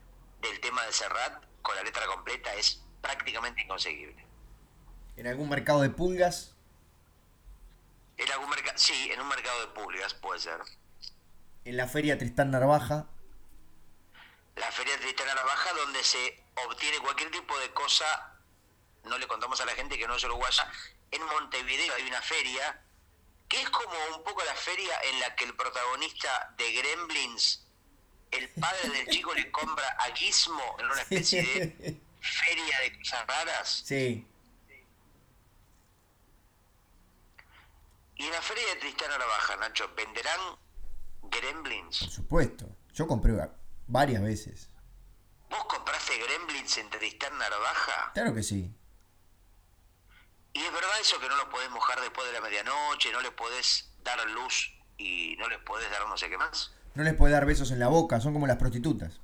Speaker 2: del tema de Serrat con la letra completa es prácticamente inconseguible.
Speaker 1: ¿En algún mercado de pulgas?
Speaker 2: En algún merca- sí, en un mercado de pulgas puede ser.
Speaker 1: ¿En la feria Tristán Narvaja?
Speaker 2: la feria de Tristana Navaja donde se obtiene cualquier tipo de cosa, no le contamos a la gente que no es uruguaya, en Montevideo hay una feria que es como un poco la feria en la que el protagonista de Gremlins, el padre del chico le compra a Gizmo en una especie de feria de cosas raras.
Speaker 1: sí.
Speaker 2: Y en la feria de Tristana Navaja, Nacho, venderán Gremlins.
Speaker 1: Por supuesto. Yo compré va- varias veces.
Speaker 2: ¿Vos compraste Gremlins en Tristana Navaja?
Speaker 1: Claro que sí.
Speaker 2: Y es verdad eso que no los podés mojar después de la medianoche, no les podés dar luz y no les podés dar no sé qué más.
Speaker 1: No les puede dar besos en la boca, son como las prostitutas.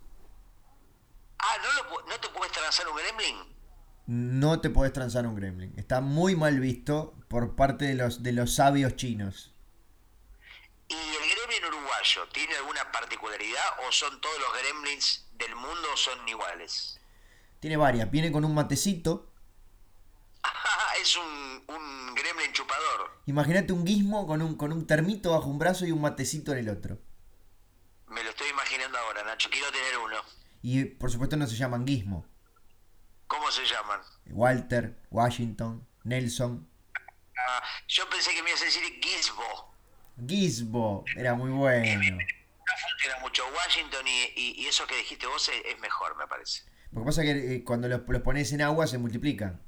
Speaker 2: Ah, ¿no, lo, pu- no te puedes transar un gremlin?
Speaker 1: No te podés transar un gremlin. Está muy mal visto por parte de los, de los sabios chinos.
Speaker 2: ¿Y el gremlin uruguayo tiene alguna particularidad o son todos los gremlins del mundo son iguales?
Speaker 1: Tiene varias. Viene con un matecito.
Speaker 2: es un, un gremlin chupador.
Speaker 1: Imagínate un guismo con un, con un termito bajo un brazo y un matecito en el otro.
Speaker 2: Me lo estoy imaginando ahora, Nacho. Quiero tener uno.
Speaker 1: Y por supuesto no se llaman guismo.
Speaker 2: ¿Cómo se llaman?
Speaker 1: Walter, Washington, Nelson.
Speaker 2: Ah, yo pensé que me ibas a decir Gizmo.
Speaker 1: Gizbo, era muy bueno.
Speaker 2: No funciona mucho. Washington y, y- y eso que dijiste vos es- es mejor, me parece.
Speaker 1: Lo que pasa es que eh, cuando los, los pones en agua se multiplican.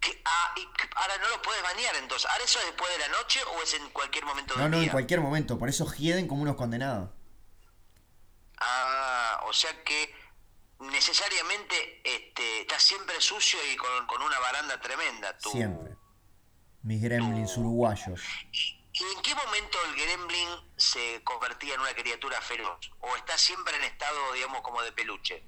Speaker 2: ¿Qué? Ah, y qué- ahora no los puedes bañar entonces. ¿Ahora eso es después de la noche o es en cualquier momento del
Speaker 1: No, no,
Speaker 2: día?
Speaker 1: en cualquier momento. Por eso hieden como unos condenados.
Speaker 2: Ah, o sea que necesariamente este, estás siempre sucio y con, con una baranda tremenda. Tú.
Speaker 1: Siempre. Mis gremlins uruguayos.
Speaker 2: ¿Y en qué momento el gremlin se convertía en una criatura feroz? ¿O está siempre en estado, digamos, como de peluche?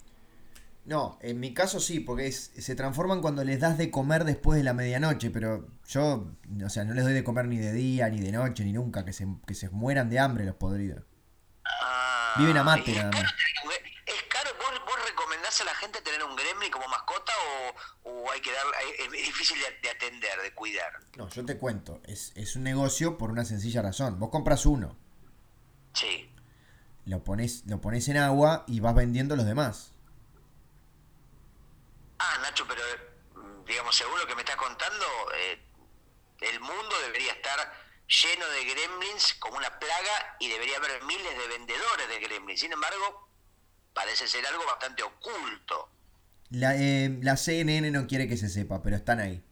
Speaker 1: No, en mi caso sí, porque es- se transforman cuando les das de comer después de la medianoche, pero yo, o sea, no les doy de comer ni de día, ni de noche, ni nunca, que se, que se mueran de hambre los podridos.
Speaker 2: Ah,
Speaker 1: Viven a
Speaker 2: ¿y
Speaker 1: mate,
Speaker 2: es
Speaker 1: nada
Speaker 2: caro
Speaker 1: más.
Speaker 2: tener un gre- ¿Es caro? ¿Vos, vos recomendás a la gente tener un gremlin como mascota o, o hay que dar, es, es difícil de, de atender, de cuidar?
Speaker 1: No, yo te cuento, es, es un negocio por una sencilla razón. Vos compras uno,
Speaker 2: Sí.
Speaker 1: lo pones, lo pones en agua y vas vendiendo los demás.
Speaker 2: Ah, Nacho, pero eh, digamos, según lo que me estás contando, eh, el mundo debería estar lleno de gremlins como una plaga y debería haber miles de vendedores de gremlins. Sin embargo, parece ser algo bastante oculto.
Speaker 1: La, eh, la CNN no quiere que se sepa, pero están ahí.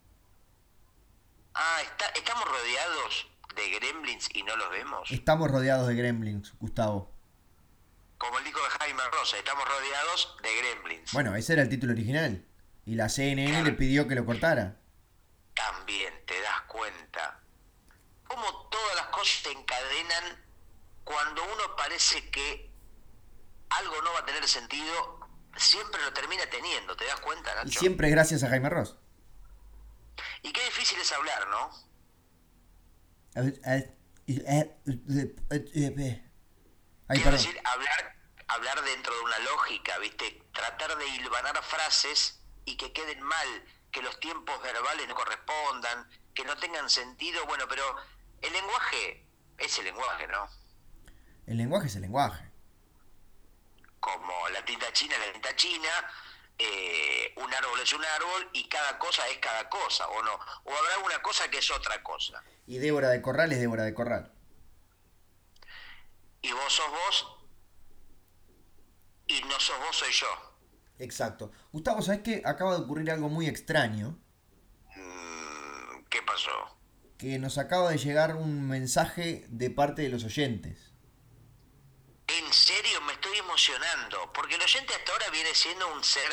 Speaker 2: Ah, está- estamos rodeados de gremlins y no los vemos.
Speaker 1: Estamos rodeados de gremlins, Gustavo.
Speaker 2: Como el disco de Jaime Rosa, estamos rodeados de gremlins.
Speaker 1: Bueno, ese era el título original. Y la CNN le pidió que lo cortara.
Speaker 2: También te das cuenta cómo todas las cosas se encadenan cuando uno parece que algo no va a tener sentido, siempre lo termina teniendo, ¿te das cuenta,
Speaker 1: Y
Speaker 2: Nacho?
Speaker 1: siempre es gracias a Jaime Ross.
Speaker 2: Y qué difícil es hablar, ¿no?
Speaker 1: eh, Ay,
Speaker 2: Quiero
Speaker 1: perdón.
Speaker 2: decir, hablar, hablar dentro de una lógica, ¿viste? Tratar de hilvanar frases y que queden mal, que los tiempos verbales no correspondan, que no tengan sentido. Bueno, pero el lenguaje es el lenguaje, ¿no?
Speaker 1: El lenguaje es el lenguaje.
Speaker 2: como la tinta china es la tinta china, eh, un árbol es un árbol y cada cosa es cada cosa, ¿o no? ¿O habrá una cosa que es otra cosa?
Speaker 1: Y Débora de Corral es Débora de Corral.
Speaker 2: Y vos sos vos y no sos vos, soy yo.
Speaker 1: Exacto. Gustavo, ¿sabes qué? Acaba de ocurrir algo muy extraño.
Speaker 2: Mm, ¿Qué pasó?
Speaker 1: Que nos acaba de llegar un mensaje de parte de los oyentes.
Speaker 2: En serio, me estoy emocionando, porque el oyente hasta ahora viene siendo un ser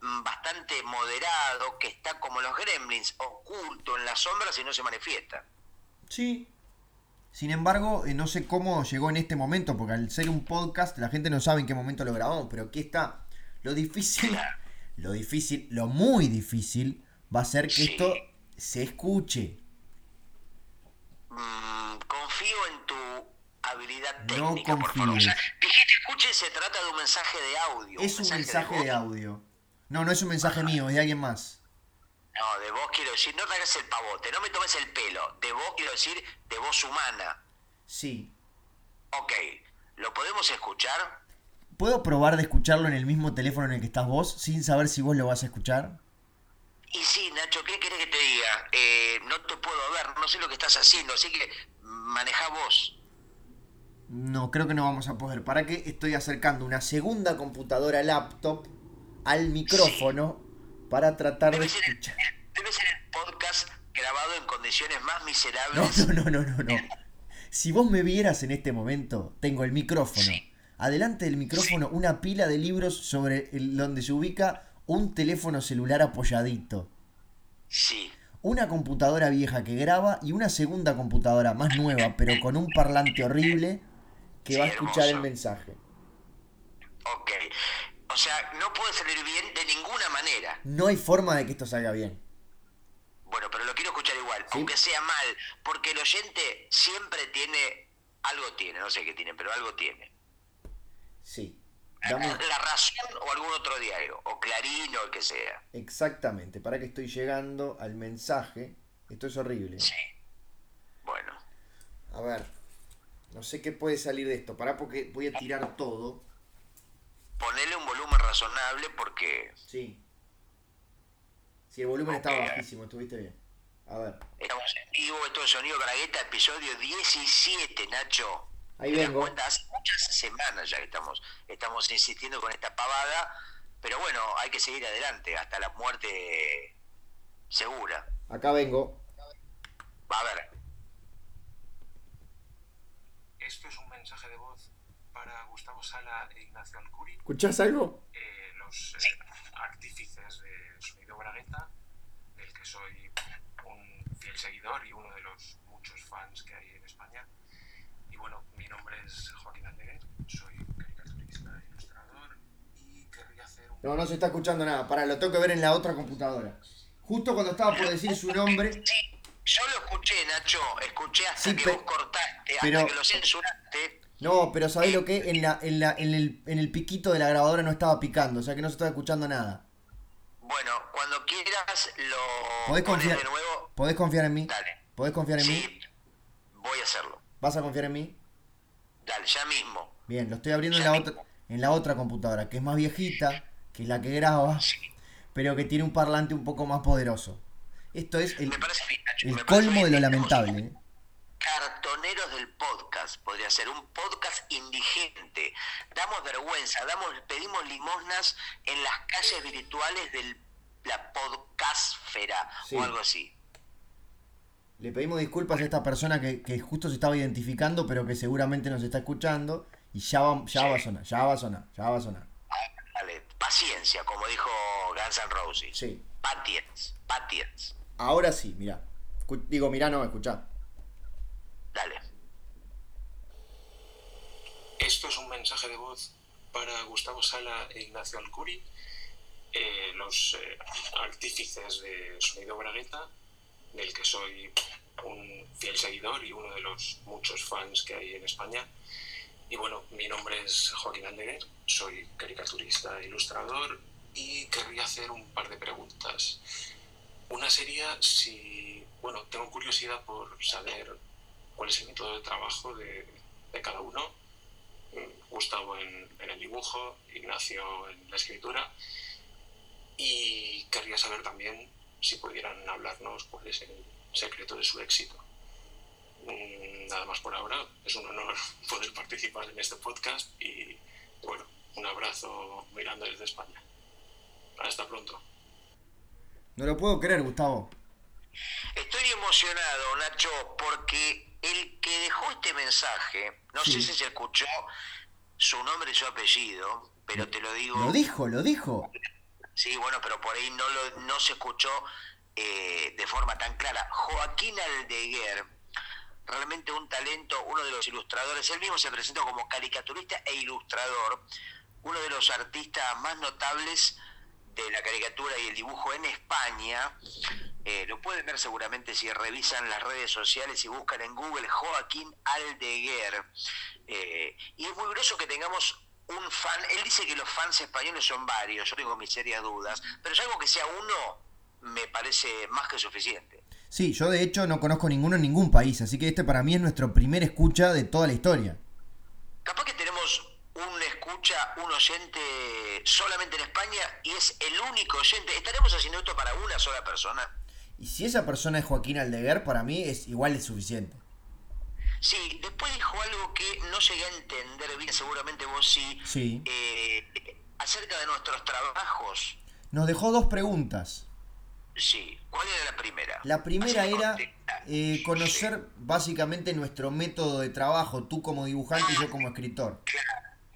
Speaker 2: mm, bastante moderado, que está como los gremlins, oculto en las sombras y no se manifiesta.
Speaker 1: Sí. Sin embargo, eh, no sé cómo llegó en este momento, porque al ser un podcast la gente no sabe en qué momento lo grabamos, pero aquí está. Lo difícil, lo difícil, lo muy difícil va a ser que
Speaker 2: Sí.
Speaker 1: esto se escuche.
Speaker 2: Mm, confío en tu habilidad
Speaker 1: No
Speaker 2: técnica, por favor. O
Speaker 1: confíes.
Speaker 2: sea, dijiste, escuche, se trata de un mensaje de audio.
Speaker 1: Es un mensaje
Speaker 2: voz.
Speaker 1: de audio. No, no es un mensaje mío, es de alguien más.
Speaker 2: No, de vos quiero decir, no te hagas el pavote, no me tomes el pelo. De vos quiero decir, de voz humana.
Speaker 1: Sí.
Speaker 2: Ok, ¿lo podemos escuchar?
Speaker 1: ¿Puedo probar de escucharlo en el mismo teléfono en el que estás vos, sin saber si vos lo vas a escuchar?
Speaker 2: Y sí, Nacho, ¿qué querés que te diga? Eh, no te puedo ver, no sé lo que estás haciendo, así que maneja vos.
Speaker 1: No, creo que no vamos a poder. ¿Para qué estoy acercando una segunda computadora laptop al micrófono para tratar de
Speaker 2: Debe ser, el,
Speaker 1: escuchar?
Speaker 2: debe ser el podcast grabado en condiciones más
Speaker 1: No,
Speaker 2: miserables.
Speaker 1: no, no, no, no, no. Si vos me vieras en este momento, tengo el micrófono. Adelante del micrófono una pila de libros sobre el- donde se ubica un teléfono celular apoyadito.
Speaker 2: Sí.
Speaker 1: Una computadora vieja que graba y una segunda computadora más nueva, pero con un parlante horrible que
Speaker 2: Sí,
Speaker 1: va a escuchar el
Speaker 2: hermoso.
Speaker 1: mensaje.
Speaker 2: Ok. O sea, no puede salir bien de ninguna manera.
Speaker 1: No hay forma de que esto salga bien.
Speaker 2: Bueno, pero lo quiero escuchar igual, aunque sea mal, porque el oyente siempre tiene, algo tiene, no sé qué tiene, pero algo tiene.
Speaker 1: Sí. Dame-
Speaker 2: La razón o algún otro diario, o Clarín o el que sea.
Speaker 1: Exactamente, para que estoy llegando al mensaje. Esto es horrible.
Speaker 2: Bueno,
Speaker 1: A ver, no sé qué puede salir de esto. Pará porque voy a tirar todo.
Speaker 2: ponele un volumen razonable porque
Speaker 1: Sí. Si el volumen estaba bajísimo, estuviste bien. A ver,
Speaker 2: estamos en vivo, esto es Sonido Bragueta, episodio 17, Nacho.
Speaker 1: Ahí
Speaker 2: Te das
Speaker 1: vengo.
Speaker 2: cuenta, hace muchas semanas ya que estamos, estamos insistiendo con esta pavada, pero bueno, hay que seguir adelante hasta la muerte segura.
Speaker 1: acá vengo.
Speaker 2: Va a ver.
Speaker 4: Esto es un mensaje de voz para Gustavo Sala e Ignacio Alcuri,
Speaker 1: ¿Escuchás algo?
Speaker 4: eh, los eh, artífices de Sonido Bragueta, del que soy un fiel seguidor y uno de los muchos fans que hay en España. Y bueno, mi nombre es Joaquín Aldeguer, soy caricaturista, ilustrador e y querría hacer un
Speaker 1: No, no se está escuchando nada. Para, lo tengo que ver en la otra computadora. Justo cuando estaba por decir su nombre.
Speaker 2: Sí, yo lo escuché, Nacho. Escuché hasta
Speaker 1: Sí,
Speaker 2: que
Speaker 1: pe-
Speaker 2: vos cortaste,
Speaker 1: pero-
Speaker 2: hasta que lo censuraste.
Speaker 1: No, pero ¿sabés lo que? En, la, en, la, en, el, en el piquito de la grabadora no estaba picando, o sea que no se estaba escuchando nada.
Speaker 2: Bueno, cuando quieras lo pones
Speaker 1: ¿Podés confiar,
Speaker 2: de nuevo.
Speaker 1: ¿Podés confiar en mí?
Speaker 2: Dale.
Speaker 1: ¿Podés confiar en mí?
Speaker 2: Sí, voy a hacerlo.
Speaker 1: ¿Vas a confiar en mí?
Speaker 2: Dale, ya mismo.
Speaker 1: Bien, lo estoy abriendo en
Speaker 2: Ya
Speaker 1: la,
Speaker 2: mismo.
Speaker 1: otra, en la otra computadora, que es más viejita que la que graba, pero que tiene un parlante un poco más poderoso. Esto es el,
Speaker 2: me parece bien, Nacho.
Speaker 1: el
Speaker 2: me parece
Speaker 1: colmo de
Speaker 2: bien.
Speaker 1: lo lamentable. ¿eh?
Speaker 2: Cartoneros del podcast, podría ser un podcast indigente. Damos vergüenza, damos, pedimos limosnas en las calles virtuales de la podcastfera
Speaker 3: Sí.
Speaker 2: o algo así.
Speaker 1: Le pedimos disculpas a esta persona que, que justo se estaba identificando, pero que seguramente nos está escuchando. Y ya va, ya va a sonar, ya va a sonar, ya va a sonar.
Speaker 2: Dale, paciencia, como dijo Guns N' Roses.
Speaker 1: Sí.
Speaker 2: Patience, patience.
Speaker 1: Ahora sí, mirá. Escu- Digo, mirá, no, escuchá.
Speaker 2: Dale.
Speaker 4: Esto es un mensaje de voz para Gustavo Sala e Ignacio Alcuri, eh, los eh, artífices de Sonido Bragueta, del que soy un fiel seguidor y uno de los muchos fans que hay en España. Y bueno, mi nombre es Joaquín Aldeguer, soy caricaturista e ilustrador y querría hacer un par de preguntas. Una sería si, bueno, tengo curiosidad por saber cuál es el método de trabajo de, de cada uno Gustavo en, en el dibujo, Ignacio en la escritura. Y querría saber también si pudieran hablarnos cuál es el secreto de su éxito. Mm, Nada más por ahora. Es un honor poder participar en este podcast y bueno, un abrazo muy grande desde España. Hasta pronto.
Speaker 1: No lo puedo creer, Gustavo.
Speaker 2: Estoy emocionado, Nacho, porque el que dejó este mensaje, no
Speaker 1: Sí.
Speaker 2: sé si se escuchó su nombre y su apellido, pero te lo digo.
Speaker 1: Lo dijo, lo dijo.
Speaker 2: Sí, bueno, pero por ahí no, lo, no se escuchó eh, de forma tan clara. Joaquín Aldeguer, realmente un talento, uno de los ilustradores, él mismo se presentó como caricaturista e ilustrador, uno de los artistas más notables de la caricatura y el dibujo en España. Eh, lo pueden ver seguramente si revisan las redes sociales y buscan en Google Joaquín Aldeguer. Eh, y es muy grueso que tengamos un fan. Él dice que los fans españoles son varios, yo tengo mis serias dudas, pero ya algo que sea uno me parece más que suficiente.
Speaker 1: Sí, yo de hecho no conozco ninguno en ningún país, así que este para mí es nuestro primer escucha de toda la historia.
Speaker 2: Capaz que tenemos un escucha, un oyente solamente en España y es el único oyente. ¿Estaremos haciendo esto para una sola persona?
Speaker 1: Y si esa persona es Joaquín Aldeguer, para mí es igual de suficiente.
Speaker 2: Sí, después dijo algo que no llegué a entender bien, seguramente vos sí,
Speaker 1: Sí.
Speaker 2: eh, acerca de nuestros trabajos.
Speaker 1: Nos dejó dos preguntas.
Speaker 2: Sí, ¿cuál era la primera?
Speaker 1: La primera
Speaker 2: Así me
Speaker 1: era
Speaker 2: contesta.
Speaker 1: eh,
Speaker 2: Sí,
Speaker 1: conocer básicamente nuestro método de trabajo, tú como dibujante y yo como escritor.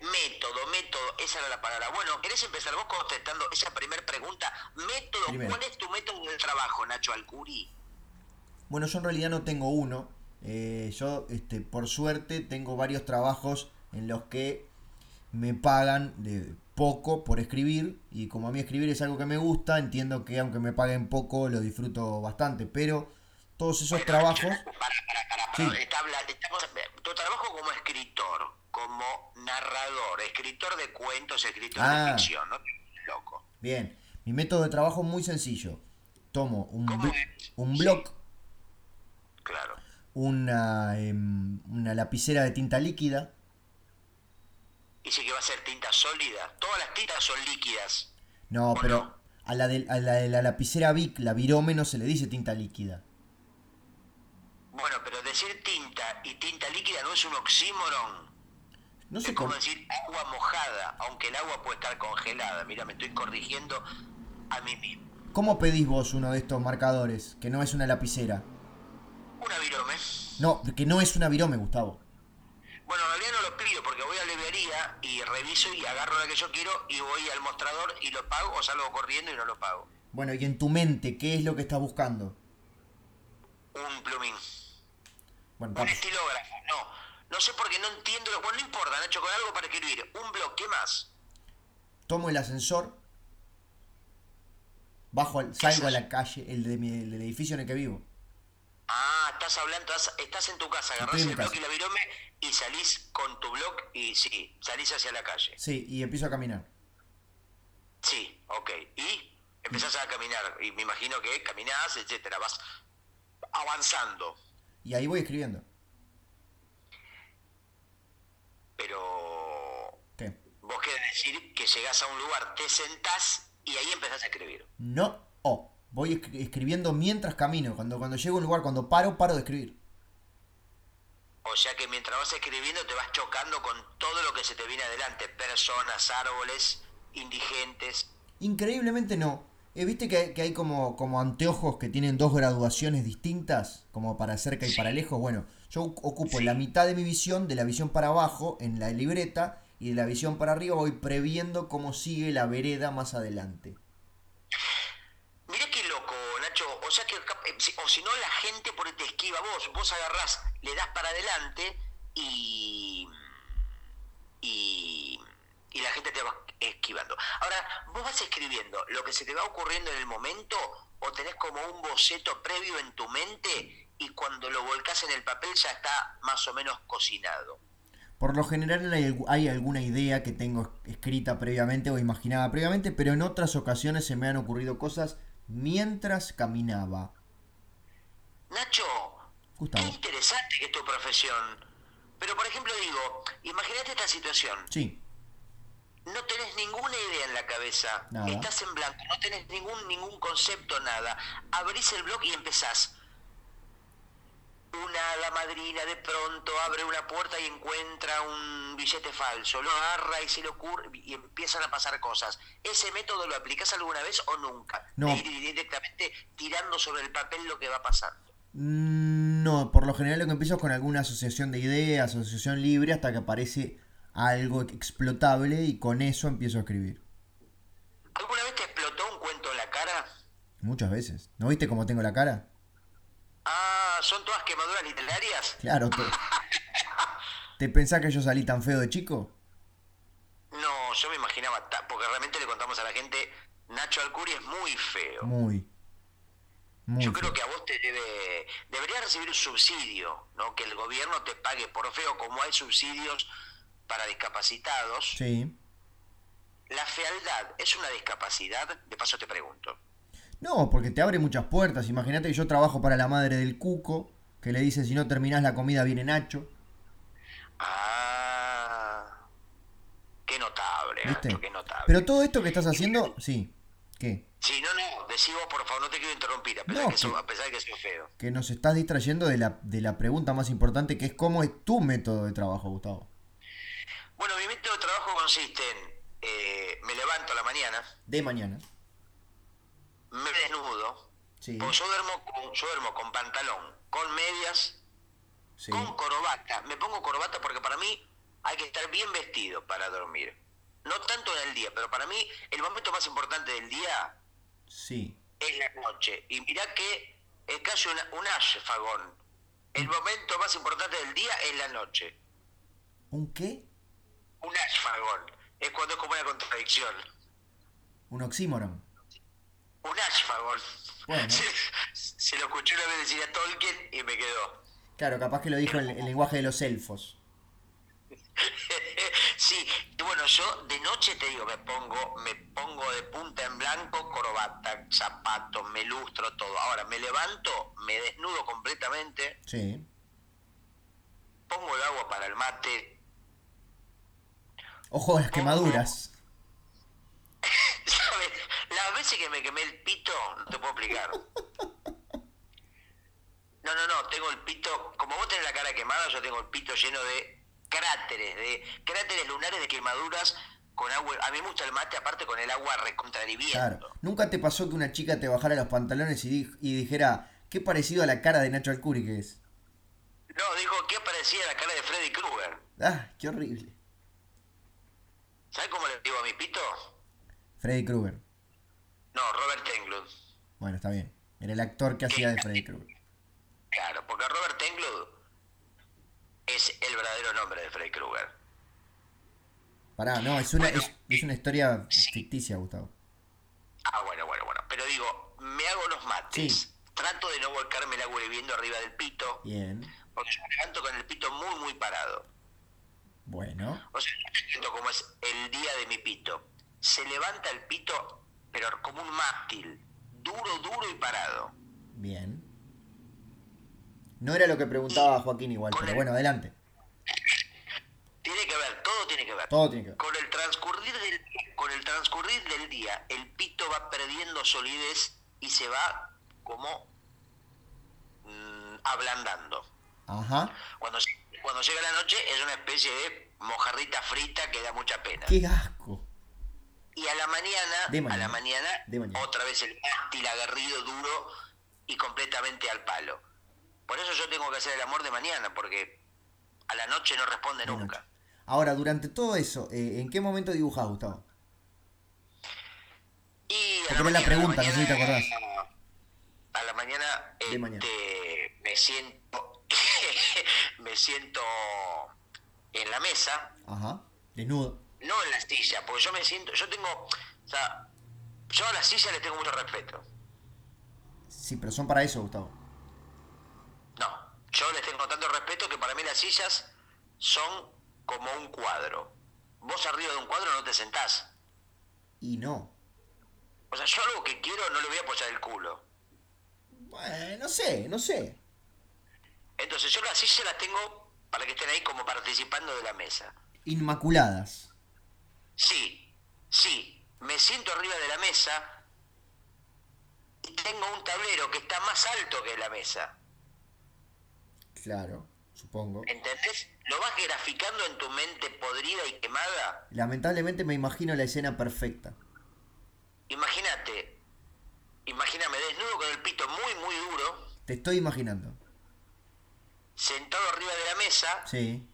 Speaker 2: Método, método, esa era la palabra. Bueno, ¿querés empezar vos contestando esa primera pregunta? Método,
Speaker 1: Primero.
Speaker 2: ¿cuál es tu método de trabajo, Nacho Alcurí?
Speaker 1: Bueno, yo en realidad no tengo uno. Eh, yo, este, por suerte, tengo varios trabajos en los que me pagan de poco por escribir. Y como a mí escribir es algo que me gusta, entiendo que aunque me paguen poco, lo disfruto bastante. Pero todos esos trabajos,
Speaker 2: Para, para, para, para,
Speaker 1: Pues Sí.
Speaker 2: está habla- estamos- tu trabajo como escritor, como narrador, escritor de cuentos, escritor de
Speaker 1: Ah.
Speaker 2: ficción, ¿no? Loco.
Speaker 1: bien, mi método de trabajo es muy sencillo. Tomo un,
Speaker 2: ¿Cómo
Speaker 1: blo-
Speaker 2: es?
Speaker 1: un
Speaker 2: Sí.
Speaker 1: blog,
Speaker 2: Claro.
Speaker 1: una, em, una lapicera de tinta líquida,
Speaker 2: Dice que va a ser tinta sólida. Todas las tintas son líquidas.
Speaker 1: No,
Speaker 2: ¿O no?
Speaker 1: pero a la, de, a la de la lapicera Bic, la virómeno, se le dice tinta líquida.
Speaker 2: Bueno, pero decir tinta y tinta líquida no es un oxímoron.
Speaker 1: No sé
Speaker 2: Es como
Speaker 1: cómo.
Speaker 2: decir agua mojada, aunque el agua puede estar congelada. Mira, me estoy corrigiendo a mí mismo.
Speaker 1: ¿Cómo pedís vos uno de estos marcadores que no es una lapicera?
Speaker 2: Una virome.
Speaker 1: No, que no es una virome, Gustavo.
Speaker 2: Bueno, en realidad no lo pido porque voy a la librería y reviso y agarro la que yo quiero y voy al mostrador y lo pago o salgo corriendo y no lo pago.
Speaker 1: Bueno, y en tu mente, ¿qué es lo que estás buscando?
Speaker 2: Un plumín.
Speaker 1: Bueno,
Speaker 2: Un
Speaker 1: está-
Speaker 2: estilógrafo. No. No sé por qué no entiendo. lo- Bueno, no importa, Nacho, con algo para escribir. Un blog, ¿qué más?
Speaker 1: tomo el ascensor, Bajo al- salgo a la calle, el, de mi- el del edificio en el que vivo.
Speaker 2: Ah, estás hablando, estás, estás en tu casa, agarrás
Speaker 1: Estoy
Speaker 2: el
Speaker 1: en mi
Speaker 2: bloque y
Speaker 1: casa.
Speaker 2: la virome y salís con tu blog y sí, salís hacia la calle.
Speaker 1: Sí, y empiezo a caminar.
Speaker 2: Sí, ok. Y empezás a caminar, y me imagino que caminás, etcétera, vas avanzando.
Speaker 1: Y ahí voy escribiendo.
Speaker 2: Pero
Speaker 1: ¿Qué?
Speaker 2: vos querés decir que llegás a un lugar, te sentás y ahí empezás a escribir.
Speaker 1: No, oh. Voy escri- escribiendo mientras camino. Cuando, cuando llego a un lugar, cuando paro, paro de escribir.
Speaker 2: O sea que mientras vas escribiendo te vas chocando con todo lo que se te viene adelante, personas, árboles, indigentes.
Speaker 1: Increíblemente no. Eh, ¿Viste que, que hay como, como anteojos que tienen dos graduaciones distintas? Como para cerca y para lejos. Bueno, yo oc- ocupo la mitad de mi visión, de la visión para abajo, en la libreta, y de la visión para arriba voy previendo cómo sigue la vereda más adelante.
Speaker 2: Mirá qué loco, Nacho. O sea que, cap- eh, si- o si no, la gente por ahí te esquiva vos. Vos agarrás, le das para adelante y. y. y la gente te va esquivando. Ahora, vos vas escribiendo lo que se te va ocurriendo en el momento o tenés como un boceto previo en tu mente y cuando lo volcás en el papel ya está más o menos cocinado.
Speaker 1: Por lo general hay, algu- hay alguna idea que tengo es- escrita previamente o imaginada previamente, pero en otras ocasiones se me han ocurrido cosas mientras caminaba.
Speaker 2: Nacho, qué
Speaker 1: Gustavo.
Speaker 2: interesante que es tu profesión. Pero, por ejemplo, digo, imagínate esta situación.
Speaker 1: Sí,
Speaker 2: no tenés ninguna idea en la cabeza,
Speaker 1: Nada.
Speaker 2: estás en blanco, no tenés ningún ningún concepto, nada. Abrís el blog y empezás. Una hada madrina de pronto abre una puerta y encuentra un billete falso, lo agarra y se le ocurre y empiezan a pasar cosas. ¿Ese método lo aplicás alguna vez o nunca?
Speaker 1: No.
Speaker 2: De ir directamente tirando sobre el papel lo que va pasando.
Speaker 1: Mm, No, por lo general lo que empiezo es con alguna asociación de ideas, asociación libre, hasta que aparece algo explotable y con eso empiezo a escribir.
Speaker 2: ¿Alguna vez te explotó un cuento en la cara?
Speaker 1: Muchas veces. ¿No viste cómo tengo la cara?
Speaker 2: Ah, ¿son todas quemaduras literarias?
Speaker 1: Claro. Te... ¿Te pensás que yo salí tan feo de chico?
Speaker 2: No, yo me imaginaba, ta- porque realmente le contamos a la gente, Nacho Alcuri es muy feo.
Speaker 1: Muy. Muy.
Speaker 2: Yo creo
Speaker 1: feo.
Speaker 2: que a vos te debe, deberías recibir un subsidio, ¿no? Que el gobierno te pague por feo, como hay subsidios para discapacitados.
Speaker 1: Sí.
Speaker 2: La fealdad es una discapacidad, de paso te pregunto.
Speaker 1: No, porque te abre muchas puertas. Imagínate que yo trabajo para la madre del cuco, que le dice si no terminás la comida viene Nacho.
Speaker 2: Ah, qué notable,
Speaker 1: ¿Viste?
Speaker 2: Nacho, qué notable.
Speaker 1: Pero todo esto que estás haciendo, sí. ¿Qué?
Speaker 2: Sí, no, no, decí vos, por favor, no te quiero interrumpir, a pesar,
Speaker 1: No,
Speaker 2: que, soy-
Speaker 1: que-
Speaker 2: a pesar de que soy feo.
Speaker 1: que nos estás distrayendo de la, de la pregunta más importante que es cómo es tu método de trabajo, Gustavo.
Speaker 2: Bueno, mi método de trabajo consiste en, eh, me levanto a la mañana,
Speaker 1: De mañana.
Speaker 2: me desnudo,
Speaker 1: Sí.
Speaker 2: porque yo duermo, con, yo duermo con pantalón, con medias,
Speaker 1: Sí.
Speaker 2: con corbata. Me pongo corbata porque para mí hay que estar bien vestido para dormir. No tanto en el día, pero para mí el momento más importante del día
Speaker 1: Sí.
Speaker 2: es la noche. Y mirá que es casi una- un ash, Fagón. El momento más importante del día es la noche.
Speaker 1: ¿Un qué?
Speaker 2: Un ash, Fagón. Es cuando es como una contradicción.
Speaker 1: Un oxímoron.
Speaker 2: Un ash, Fagón.
Speaker 1: Bueno.
Speaker 2: Se, se lo escuché una vez decir a Tolkien y me quedó.
Speaker 1: Claro, capaz que lo dijo el, el lenguaje de los elfos.
Speaker 2: Sí, y bueno, yo de noche te digo, me pongo, me pongo de punta en blanco, corbata, zapatos, me lustro todo. Ahora me levanto, me desnudo completamente,
Speaker 1: Sí.
Speaker 2: pongo el agua para el mate.
Speaker 1: Ojo a las quemaduras.
Speaker 2: ¿Sabes? Las veces que me quemé el pito, no te puedo explicar. No, no, no, tengo el pito, como vos tenés la cara quemada, yo tengo el pito lleno de cráteres, de cráteres lunares de quemaduras con agua. A mí me gusta el mate, aparte con el agua recontra hirviendo.
Speaker 1: Claro. ¿Nunca te pasó que una chica te bajara los pantalones y, di- y dijera qué parecido a la cara de Nacho Alcuri que es?
Speaker 2: No, dijo que parecía la cara de Freddy Krueger.
Speaker 1: Ah, qué horrible.
Speaker 2: ¿Sabes cómo le digo a mi pito?
Speaker 1: Freddy Krueger.
Speaker 2: No, Robert Englund.
Speaker 1: Bueno, está bien. Era el actor que hacía de Freddy Krueger.
Speaker 2: Claro, porque Robert Englund es el verdadero nombre de Freddy Krueger.
Speaker 1: Pará, no, es una, es, es una historia ficticia, Gustavo.
Speaker 2: Ah, bueno, bueno, bueno. Pero digo, mates.
Speaker 1: Sí.
Speaker 2: Trato de no volcarme el agua hirviendo arriba del pito,
Speaker 1: Bien.
Speaker 2: porque yo me levanto con el pito muy, muy parado.
Speaker 1: Bueno.
Speaker 2: O sea, yo siento como es el día de mi pito. Se levanta el pito, pero como un mástil, duro, duro y parado.
Speaker 1: Bien. No era lo que preguntaba Joaquín igual, pero bueno, adelante.
Speaker 2: Tiene que ver, todo tiene que ver.
Speaker 1: Todo tiene que ver.
Speaker 2: Con el transcurrir del con el transcurrir del día, el pito va perdiendo solidez y se va como mm, ablandando.
Speaker 1: Ajá.
Speaker 2: Cuando, lle- cuando llega la noche es una especie de mojarrita frita que da mucha pena.
Speaker 1: Qué asco.
Speaker 2: Y a la mañana,
Speaker 1: De mañana.
Speaker 2: a la mañana,
Speaker 1: De mañana.
Speaker 2: otra vez el mástil agarrido, duro y completamente al palo. Por eso yo tengo que hacer el amor de mañana, porque a la noche no responde
Speaker 1: De
Speaker 2: nunca.
Speaker 1: noche. Ahora, durante todo eso, eh, ¿en qué momento dibujás, Gustavo?
Speaker 2: Y
Speaker 1: Te tomé la pregunta, no sé si te acordás.
Speaker 2: A la mañana,
Speaker 1: De mañana.
Speaker 2: este, me siento me siento en la mesa,
Speaker 1: Ajá. Desnudo.
Speaker 2: no en la silla, porque yo me siento, yo tengo, o sea, yo a la silla le tengo mucho respeto.
Speaker 1: Sí, pero son para eso, Gustavo.
Speaker 2: No, yo les tengo tanto respeto que para mí las sillas son como un cuadro. Vos arriba de un cuadro no te sentás.
Speaker 1: Y no.
Speaker 2: O sea, yo algo que quiero no le voy a apoyar el culo.
Speaker 1: Bueno, no sé, no sé.
Speaker 2: Entonces yo las sillas las tengo para que estén ahí como participando de la mesa.
Speaker 1: Inmaculadas.
Speaker 2: Sí, sí, me siento arriba de la mesa y tengo un tablero que está más alto que la mesa.
Speaker 1: Claro, supongo.
Speaker 2: ¿Entendés? Lo vas graficando en tu mente podrida y quemada.
Speaker 1: Lamentablemente me imagino la escena perfecta.
Speaker 2: Imagínate, imagíname desnudo con el pito muy, muy duro,
Speaker 1: Te estoy imaginando.
Speaker 2: sentado arriba de la mesa
Speaker 1: Sí.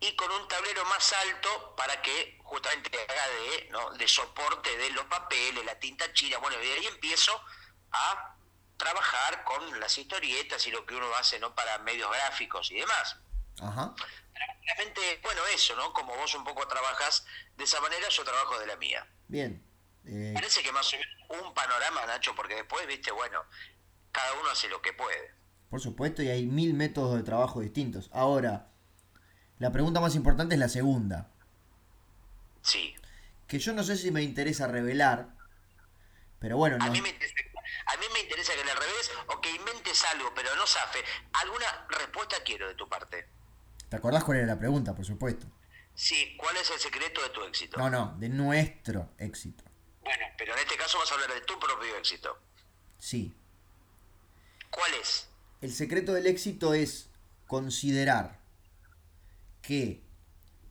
Speaker 2: y con un tablero más alto para que justamente haga de, ¿no? de soporte de los papeles, la tinta china. Bueno, y de ahí empiezo a trabajar con las historietas y lo que uno hace no para medios gráficos y demás.
Speaker 1: Ajá.
Speaker 2: Realmente, bueno, eso, ¿no? Como vos un poco trabajas de esa manera, yo trabajo de la mía.
Speaker 1: Bien. Eh,
Speaker 2: Parece que más o menos un panorama, Nacho, porque después, viste, bueno, cada uno hace lo que puede.
Speaker 1: Por supuesto, y hay mil métodos de trabajo distintos. Ahora, la pregunta más importante es la segunda,
Speaker 2: Sí.
Speaker 1: que yo no sé si me interesa revelar, pero bueno,
Speaker 2: A
Speaker 1: no-
Speaker 2: mí, me interesa, a mí me interesa que le revés o que inventes algo, pero no zafe. ¿Alguna respuesta quiero de tu parte?
Speaker 1: ¿te acordás cuál era la pregunta, por supuesto?
Speaker 2: Sí, ¿cuál es el secreto de tu éxito?
Speaker 1: No, no, de nuestro éxito.
Speaker 2: Bueno, pero en este caso vas a hablar de tu propio éxito.
Speaker 1: Sí,
Speaker 2: ¿Cuál es?
Speaker 1: El secreto del éxito es considerar que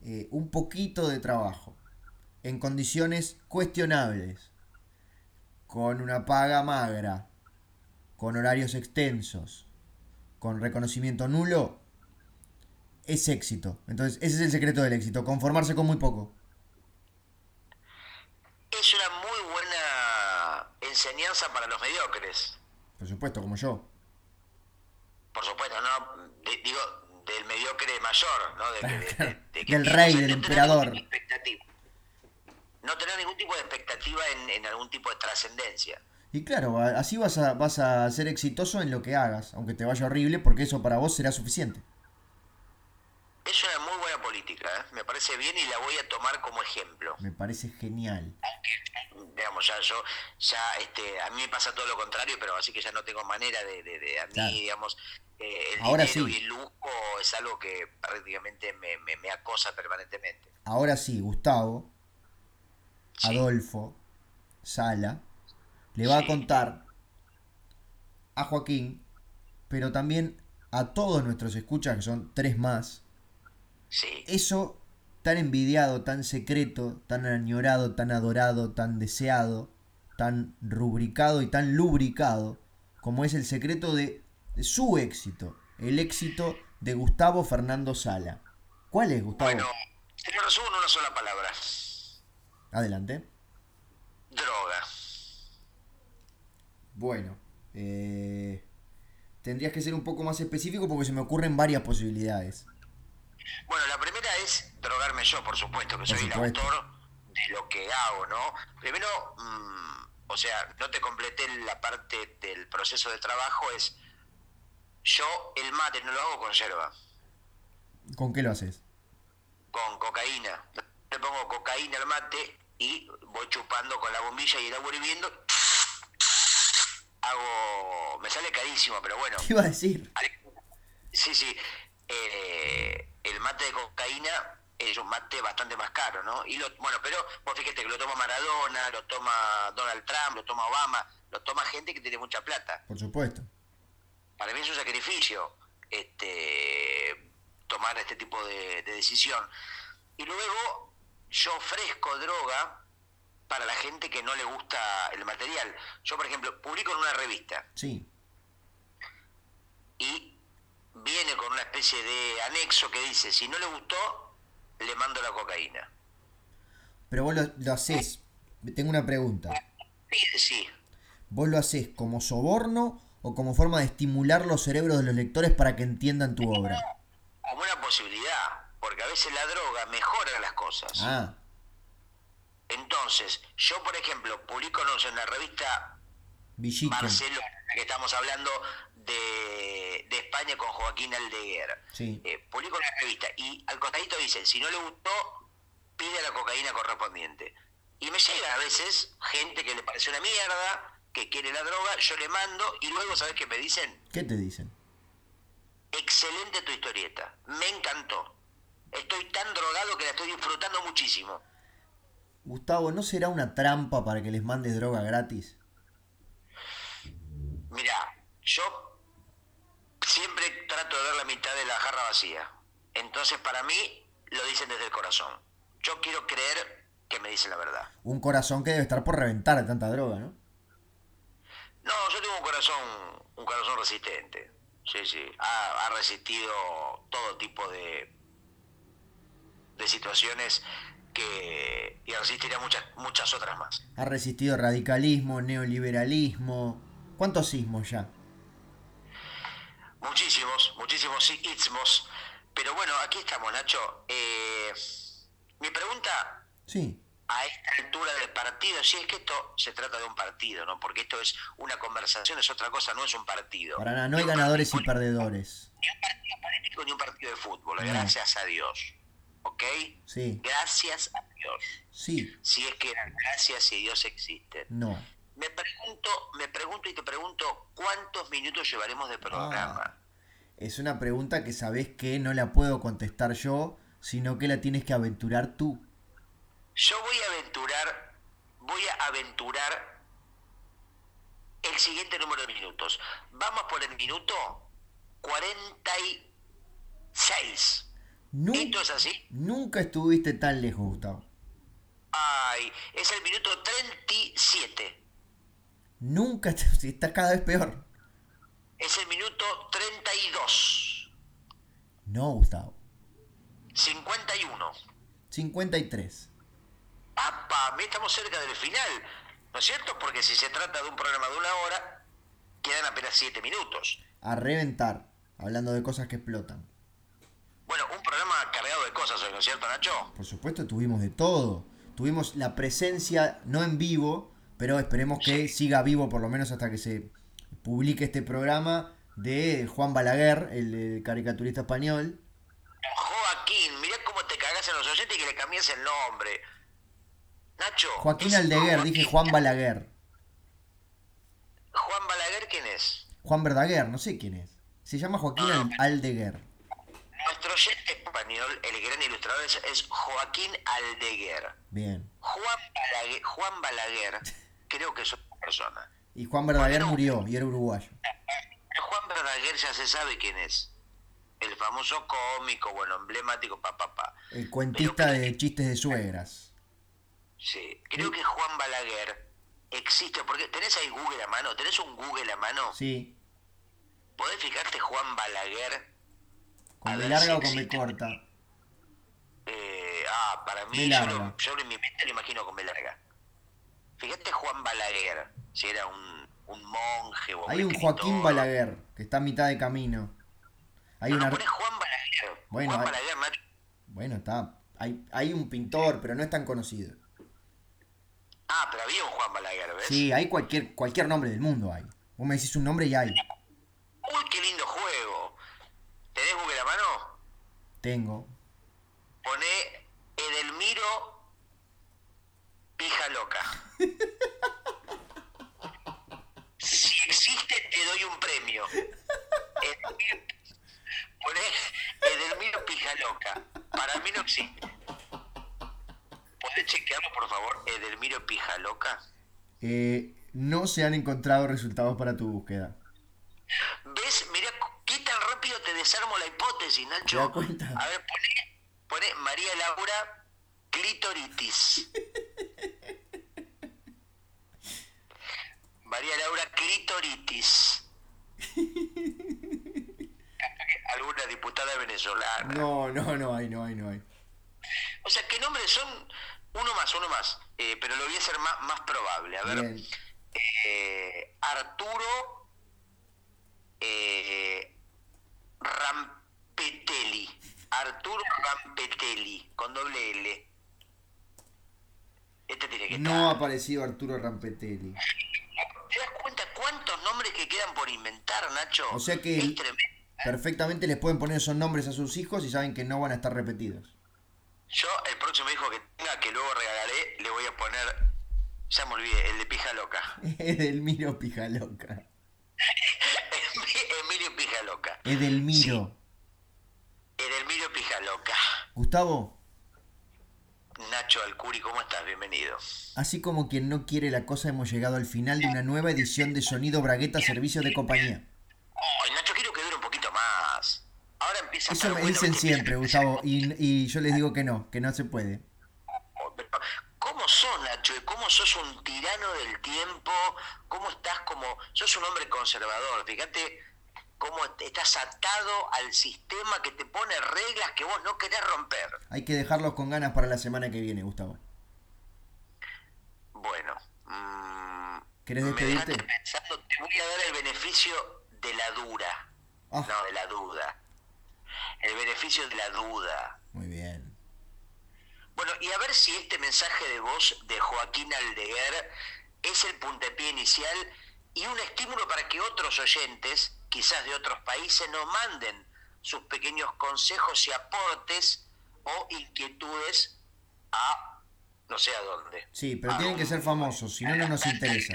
Speaker 1: eh, un poquito de trabajo en condiciones cuestionables, con una paga magra, con horarios extensos, con reconocimiento nulo, es éxito. Entonces, ese es el secreto del éxito, conformarse con muy poco.
Speaker 2: Es una muy buena enseñanza para los mediocres.
Speaker 1: Por supuesto, como yo.
Speaker 2: Por supuesto, no, de- digo, del mediocre mayor, ¿no? De- de- de- de-
Speaker 1: Del
Speaker 2: de-
Speaker 1: rey,
Speaker 2: o sea, no
Speaker 1: del
Speaker 2: tener
Speaker 1: emperador.
Speaker 2: ninguna expectativa. No tener ningún tipo de expectativa en, en algún tipo de trascendencia.
Speaker 1: Y claro, va- así vas a, vas a ser exitoso en lo que hagas, aunque te vaya horrible, porque eso para vos será suficiente.
Speaker 2: Es una muy buena política, ¿eh? me parece bien y la voy a tomar como ejemplo.
Speaker 1: Me parece genial.
Speaker 2: Digamos, ya yo, ya este, a mí me pasa todo lo contrario, pero así que ya no tengo manera de, de- de- a mí,
Speaker 1: Claro.
Speaker 2: digamos, eh, el
Speaker 1: Ahora
Speaker 2: dinero
Speaker 1: sí.
Speaker 2: y el lujo es algo que prácticamente me, me- me acosa permanentemente.
Speaker 1: Ahora sí, Gustavo,
Speaker 2: Sí.
Speaker 1: Adolfo, Sala, le va a
Speaker 2: Sí.
Speaker 1: contar a Joaquín, pero también a todos nuestros escuchas, que son tres más,
Speaker 2: Sí.
Speaker 1: eso tan envidiado, tan secreto, tan añorado, tan adorado, tan deseado, tan rubricado y tan lubricado, como es el secreto de de su éxito, el éxito de Gustavo Fernando Sala. ¿Cuál es, Gustavo?
Speaker 2: Bueno, te lo resumo en una sola palabra.
Speaker 1: Adelante.
Speaker 2: Droga.
Speaker 1: Bueno, eh, tendrías que ser un poco más específico porque se me ocurren varias posibilidades.
Speaker 2: Bueno, la primera es drogarme yo, por supuesto, que
Speaker 1: Por
Speaker 2: soy
Speaker 1: supuesto.
Speaker 2: el autor de lo que hago, ¿no? Primero, mm, o sea, no te completé la parte del proceso de trabajo, es yo el mate no lo hago con yerba,
Speaker 1: ¿Con qué lo haces?
Speaker 2: con cocaína. Le pongo cocaína al mate y voy chupando con la bombilla y el agua hirviendo. Hago, me sale carísimo, pero bueno.
Speaker 1: ¿Qué iba a decir?
Speaker 2: Sí, sí. Eh, el mate de cocaína es un mate bastante más caro, ¿no? Y lo, bueno, pero vos fíjate que lo toma Maradona, lo toma Donald Trump, lo toma Obama, lo toma gente que tiene mucha plata.
Speaker 1: Por supuesto.
Speaker 2: Para mí es un sacrificio este, tomar este tipo de, de decisión. Y luego yo ofrezco droga para la gente que no le gusta el material. Yo, por ejemplo, publico en una revista.
Speaker 1: Sí.
Speaker 2: y viene con una especie de anexo que dice, si no le gustó, le mando la cocaína.
Speaker 1: Pero vos lo, lo haces. Tengo una pregunta.
Speaker 2: Sí, sí.
Speaker 1: ¿Vos lo haces como soborno o como forma de estimular los cerebros de los lectores para que entiendan tu obra?
Speaker 2: como una posibilidad, porque a veces la droga mejora las cosas.
Speaker 1: Ah,
Speaker 2: Entonces, yo, por ejemplo, publico no sé, en la revista
Speaker 1: Villiquen.
Speaker 2: Marcelo, que estamos hablando de, de España con Joaquín Aldeguer.
Speaker 1: Sí.
Speaker 2: Eh, publico una revista y al costadito dice, si no le gustó, pide la cocaína correspondiente. Y me llega a veces gente que le parece una mierda, que quiere la droga, yo le mando y luego, ¿sabes qué me dicen?
Speaker 1: ¿Qué te dicen?
Speaker 2: Excelente tu historieta, me encantó. Estoy tan drogado que la estoy disfrutando muchísimo.
Speaker 1: Gustavo, ¿no será una trampa para que les mandes droga gratis?
Speaker 2: Mirá, yo siempre trato de ver la mitad de la jarra vacía. Entonces, para mí, lo dicen desde el corazón. Yo quiero creer que me dicen la verdad.
Speaker 1: Un corazón que debe estar por reventar de tanta droga, ¿no?
Speaker 2: No, yo tengo un corazón, un corazón resistente. Sí, sí. Ha, ha resistido todo tipo de, de situaciones que y resistirá muchas, muchas otras más.
Speaker 1: Ha resistido radicalismo, neoliberalismo. ¿Cuántos sismos ya?
Speaker 2: Muchísimos, muchísimos sí, istmos. Pero bueno, aquí estamos, Nacho. Eh, mi pregunta
Speaker 1: Sí.
Speaker 2: a esta altura del partido, si es que esto se trata de un partido, ¿no? Porque esto es una conversación, es otra cosa, no es un partido.
Speaker 1: Para nada, no hay ganadores y perdedores.
Speaker 2: Ni un partido político ni un partido de fútbol,
Speaker 1: No.
Speaker 2: gracias a Dios. ¿Ok?
Speaker 1: Sí,
Speaker 2: Gracias a Dios.
Speaker 1: sí,
Speaker 2: Si es que las gracias y Dios existen.
Speaker 1: no.
Speaker 2: Me pregunto, me pregunto y te pregunto cuántos minutos llevaremos de programa.
Speaker 1: Ah, es una pregunta que sabés que no la puedo contestar yo, sino que la tienes que aventurar tú.
Speaker 2: Yo voy a aventurar, voy a aventurar el siguiente número de minutos. Vamos por el minuto 46.
Speaker 1: Nu-
Speaker 2: ¿Esto es así?
Speaker 1: Nunca estuviste tan lejos, Gustavo.
Speaker 2: Ay, es el minuto 37.
Speaker 1: Nunca est- estás cada vez peor.
Speaker 2: Es el minuto 32.
Speaker 1: No, Gustavo.
Speaker 2: 51.
Speaker 1: 53.
Speaker 2: ¡Apa! me Estamos cerca del final. ¿No es cierto? Porque si se trata de un programa de una hora, quedan apenas 7 minutos.
Speaker 1: A reventar. Hablando de cosas que explotan.
Speaker 2: Bueno, un programa cargado de cosas hoy, ¿no es cierto, Nacho?
Speaker 1: Por supuesto, tuvimos de todo. Tuvimos la presencia, no en vivo, pero esperemos que siga vivo por lo menos hasta que se publique este programa de Juan Balaguer, el, eh, caricaturista español.
Speaker 2: Joaquín, mirá cómo te cagás en los oyentes y que le cambies el nombre. Nacho.
Speaker 1: Joaquín
Speaker 2: es
Speaker 1: Aldeguer,
Speaker 2: Joaquín.
Speaker 1: dije Juan Balaguer.
Speaker 2: Juan Balaguer, ¿quién es?
Speaker 1: Juan Verdaguer, no sé quién es. Se llama Joaquín Al- Aldeguer.
Speaker 2: Nuestro oyente español, el gran ilustrador, es, es Joaquín Aldeguer.
Speaker 1: Bien.
Speaker 2: Juan Balaguer, Juan Balaguer creo que es otra persona.
Speaker 1: Y Juan Verdaguer murió y era uruguayo.
Speaker 2: Juan Balaguer ya se sabe quién es. El famoso cómico, bueno, emblemático, papá, papá.
Speaker 1: El cuentista de chistes de suegras.
Speaker 2: Sí, creo que Juan Balaguer existe, porque tenés ahí Google a mano, tenés un Google a mano.
Speaker 1: Sí.
Speaker 2: ¿Podés fijarte Juan Balaguer?
Speaker 1: ¿Con B larga o con B corta?
Speaker 2: Eh, ah, para
Speaker 1: B
Speaker 2: mí, yo,
Speaker 1: larga.
Speaker 2: lo- yo en mi mente lo imagino con B larga. Fíjate Juan Balaguer, si era un, un monje o
Speaker 1: Hay un Joaquín
Speaker 2: escritor.
Speaker 1: Balaguer que está a mitad de camino. Hay
Speaker 2: No,
Speaker 1: un
Speaker 2: no,
Speaker 1: ar-
Speaker 2: ponés Juan Balaguer.
Speaker 1: Bueno,
Speaker 2: Juan
Speaker 1: hay-
Speaker 2: Balaguer, Nacho.
Speaker 1: Bueno, está. Hay, hay un pintor, pero no es tan conocido.
Speaker 2: Ah, pero a había un Juan Balaguer, ¿ves?
Speaker 1: Sí, hay cualquier, cualquier nombre del mundo hay. Vos me decís un nombre y hay.
Speaker 2: Uy, qué lindo juego. ¿Tenés buque la mano?
Speaker 1: Tengo.
Speaker 2: Poné Edelmiro Pija Loca. Si existe, te doy un premio. Edelmiro- Poné Edelmiro Pija Loca. Para mí no existe. ¿Podés chequearlo, por favor? Edelmiro Pija Loca.
Speaker 1: Eh, no se han encontrado resultados para tu búsqueda.
Speaker 2: ¿Ves? Mirá qué tan rápido te desarmo la hipótesis, Nacho.
Speaker 1: ¿Te das cuenta?
Speaker 2: A ver, poné, poné María Laura clitoritis. María Laura clitoritis. Alguna diputada venezolana.
Speaker 1: No, no, no hay, no hay, no hay.
Speaker 2: O sea, ¿qué nombres son? Uno más, uno más. Eh, pero lo voy a hacer más, más probable. A ver.
Speaker 1: Bien.
Speaker 2: eh, Arturo eh, Rampetelli. Arturo Rampetelli, con doble L. Este tiene que
Speaker 1: No ha
Speaker 2: estar.
Speaker 1: aparecido Arturo Rampetelli.
Speaker 2: ¿Te das cuenta cuántos nombres que quedan por inventar, Nacho?
Speaker 1: O sea que-
Speaker 2: Es tremendo.
Speaker 1: Perfectamente les pueden poner esos nombres a sus hijos y saben que no van a estar repetidos.
Speaker 2: Yo, el próximo hijo que tenga, que luego regalaré, le voy a poner. Ya me olvidé, el de pija loca.
Speaker 1: Edelmiro Pijaloca.
Speaker 2: Emilio Pija Loca.
Speaker 1: Edelmiro.
Speaker 2: Edelmiro Pija Loca.
Speaker 1: Gustavo,
Speaker 2: Nacho Alcuri, ¿cómo estás? Bienvenido.
Speaker 1: así como quien no quiere la cosa, hemos llegado al final de una nueva edición de Sonido Bragueta Servicio de Compañía.
Speaker 2: Ay, Nacho, quiero que dure un poquito más. Ahora empieza a
Speaker 1: Eso
Speaker 2: estar
Speaker 1: me
Speaker 2: bueno,
Speaker 1: dicen
Speaker 2: ¿viste?
Speaker 1: siempre, Gustavo, y, y yo les digo que no, que no se puede.
Speaker 2: ¿Cómo sos, Nacho? ¿Y ¿Cómo sos un tirano del tiempo? ¿Cómo estás como.? Sos un hombre conservador. Fíjate cómo est- estás atado al sistema que te pone reglas que vos no querés romper.
Speaker 1: Hay que dejarlos con ganas para la semana que viene, Gustavo.
Speaker 2: Bueno. mm,
Speaker 1: ¿Querés
Speaker 2: me
Speaker 1: despedirte?
Speaker 2: dejaste pensando, te voy a dar el beneficio de la dura.
Speaker 1: Ah.
Speaker 2: No, de la duda. El beneficio de la duda.
Speaker 1: Muy bien.
Speaker 2: Bueno, y a ver si este mensaje de voz de Joaquín Aldeguer es el puntapié inicial y un estímulo para que otros oyentes, quizás de otros países, nos manden sus pequeños consejos y aportes o inquietudes a no sé a dónde.
Speaker 1: Sí, pero tienen que ser famosos, si no, no nos interesa.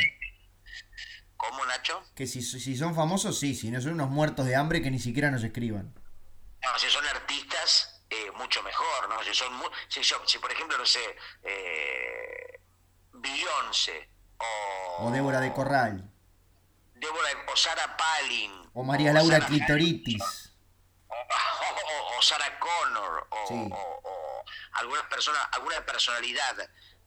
Speaker 2: ¿Cómo, Nacho?
Speaker 1: Que si, si son famosos, sí, si no son unos muertos de hambre que ni siquiera nos escriban.
Speaker 2: No, si son artistas, eh, mucho mejor, ¿no? Si son mu- si, yo- si, por ejemplo, no sé, eh, Beyoncé o...
Speaker 1: O Débora de Corral,
Speaker 2: Débora o Sara Palin
Speaker 1: o María Laura
Speaker 2: Sara-
Speaker 1: Clitoritis.
Speaker 2: o, o- o Sarah Connor o,
Speaker 1: Sí.
Speaker 2: o- o algunas personas alguna personalidad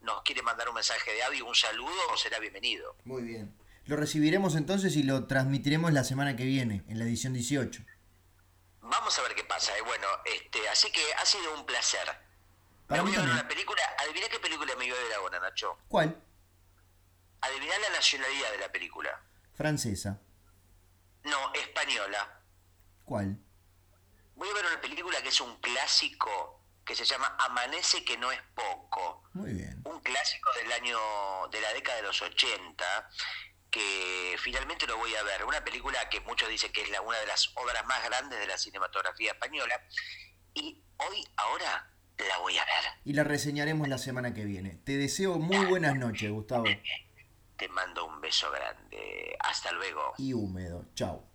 Speaker 2: nos quiere mandar un mensaje de audio un saludo o será bienvenido
Speaker 1: Muy bien. Lo recibiremos entonces y lo transmitiremos la semana que viene, en la edición 18.
Speaker 2: vamos a ver qué pasa eh. bueno este así que ha sido un placer
Speaker 1: Para
Speaker 2: me voy
Speaker 1: mí
Speaker 2: a ver
Speaker 1: también.
Speaker 2: una película adivina qué película me iba a ver ahora Nacho
Speaker 1: ¿Cuál?
Speaker 2: adivina la nacionalidad de la película
Speaker 1: Francesa.
Speaker 2: no española
Speaker 1: ¿Cuál?
Speaker 2: voy a ver una película que es un clásico que se llama Amanece que no es poco
Speaker 1: Muy bien.
Speaker 2: un clásico del año de la década de los 80 que finalmente lo voy a ver, una película que muchos dicen que es la, una de las obras más grandes de la cinematografía española y hoy ahora la voy a ver.
Speaker 1: Y la reseñaremos la semana que viene. Te deseo muy buenas noches, Gustavo.
Speaker 2: Te mando un beso grande. Hasta luego.
Speaker 1: Y húmedo. Chao.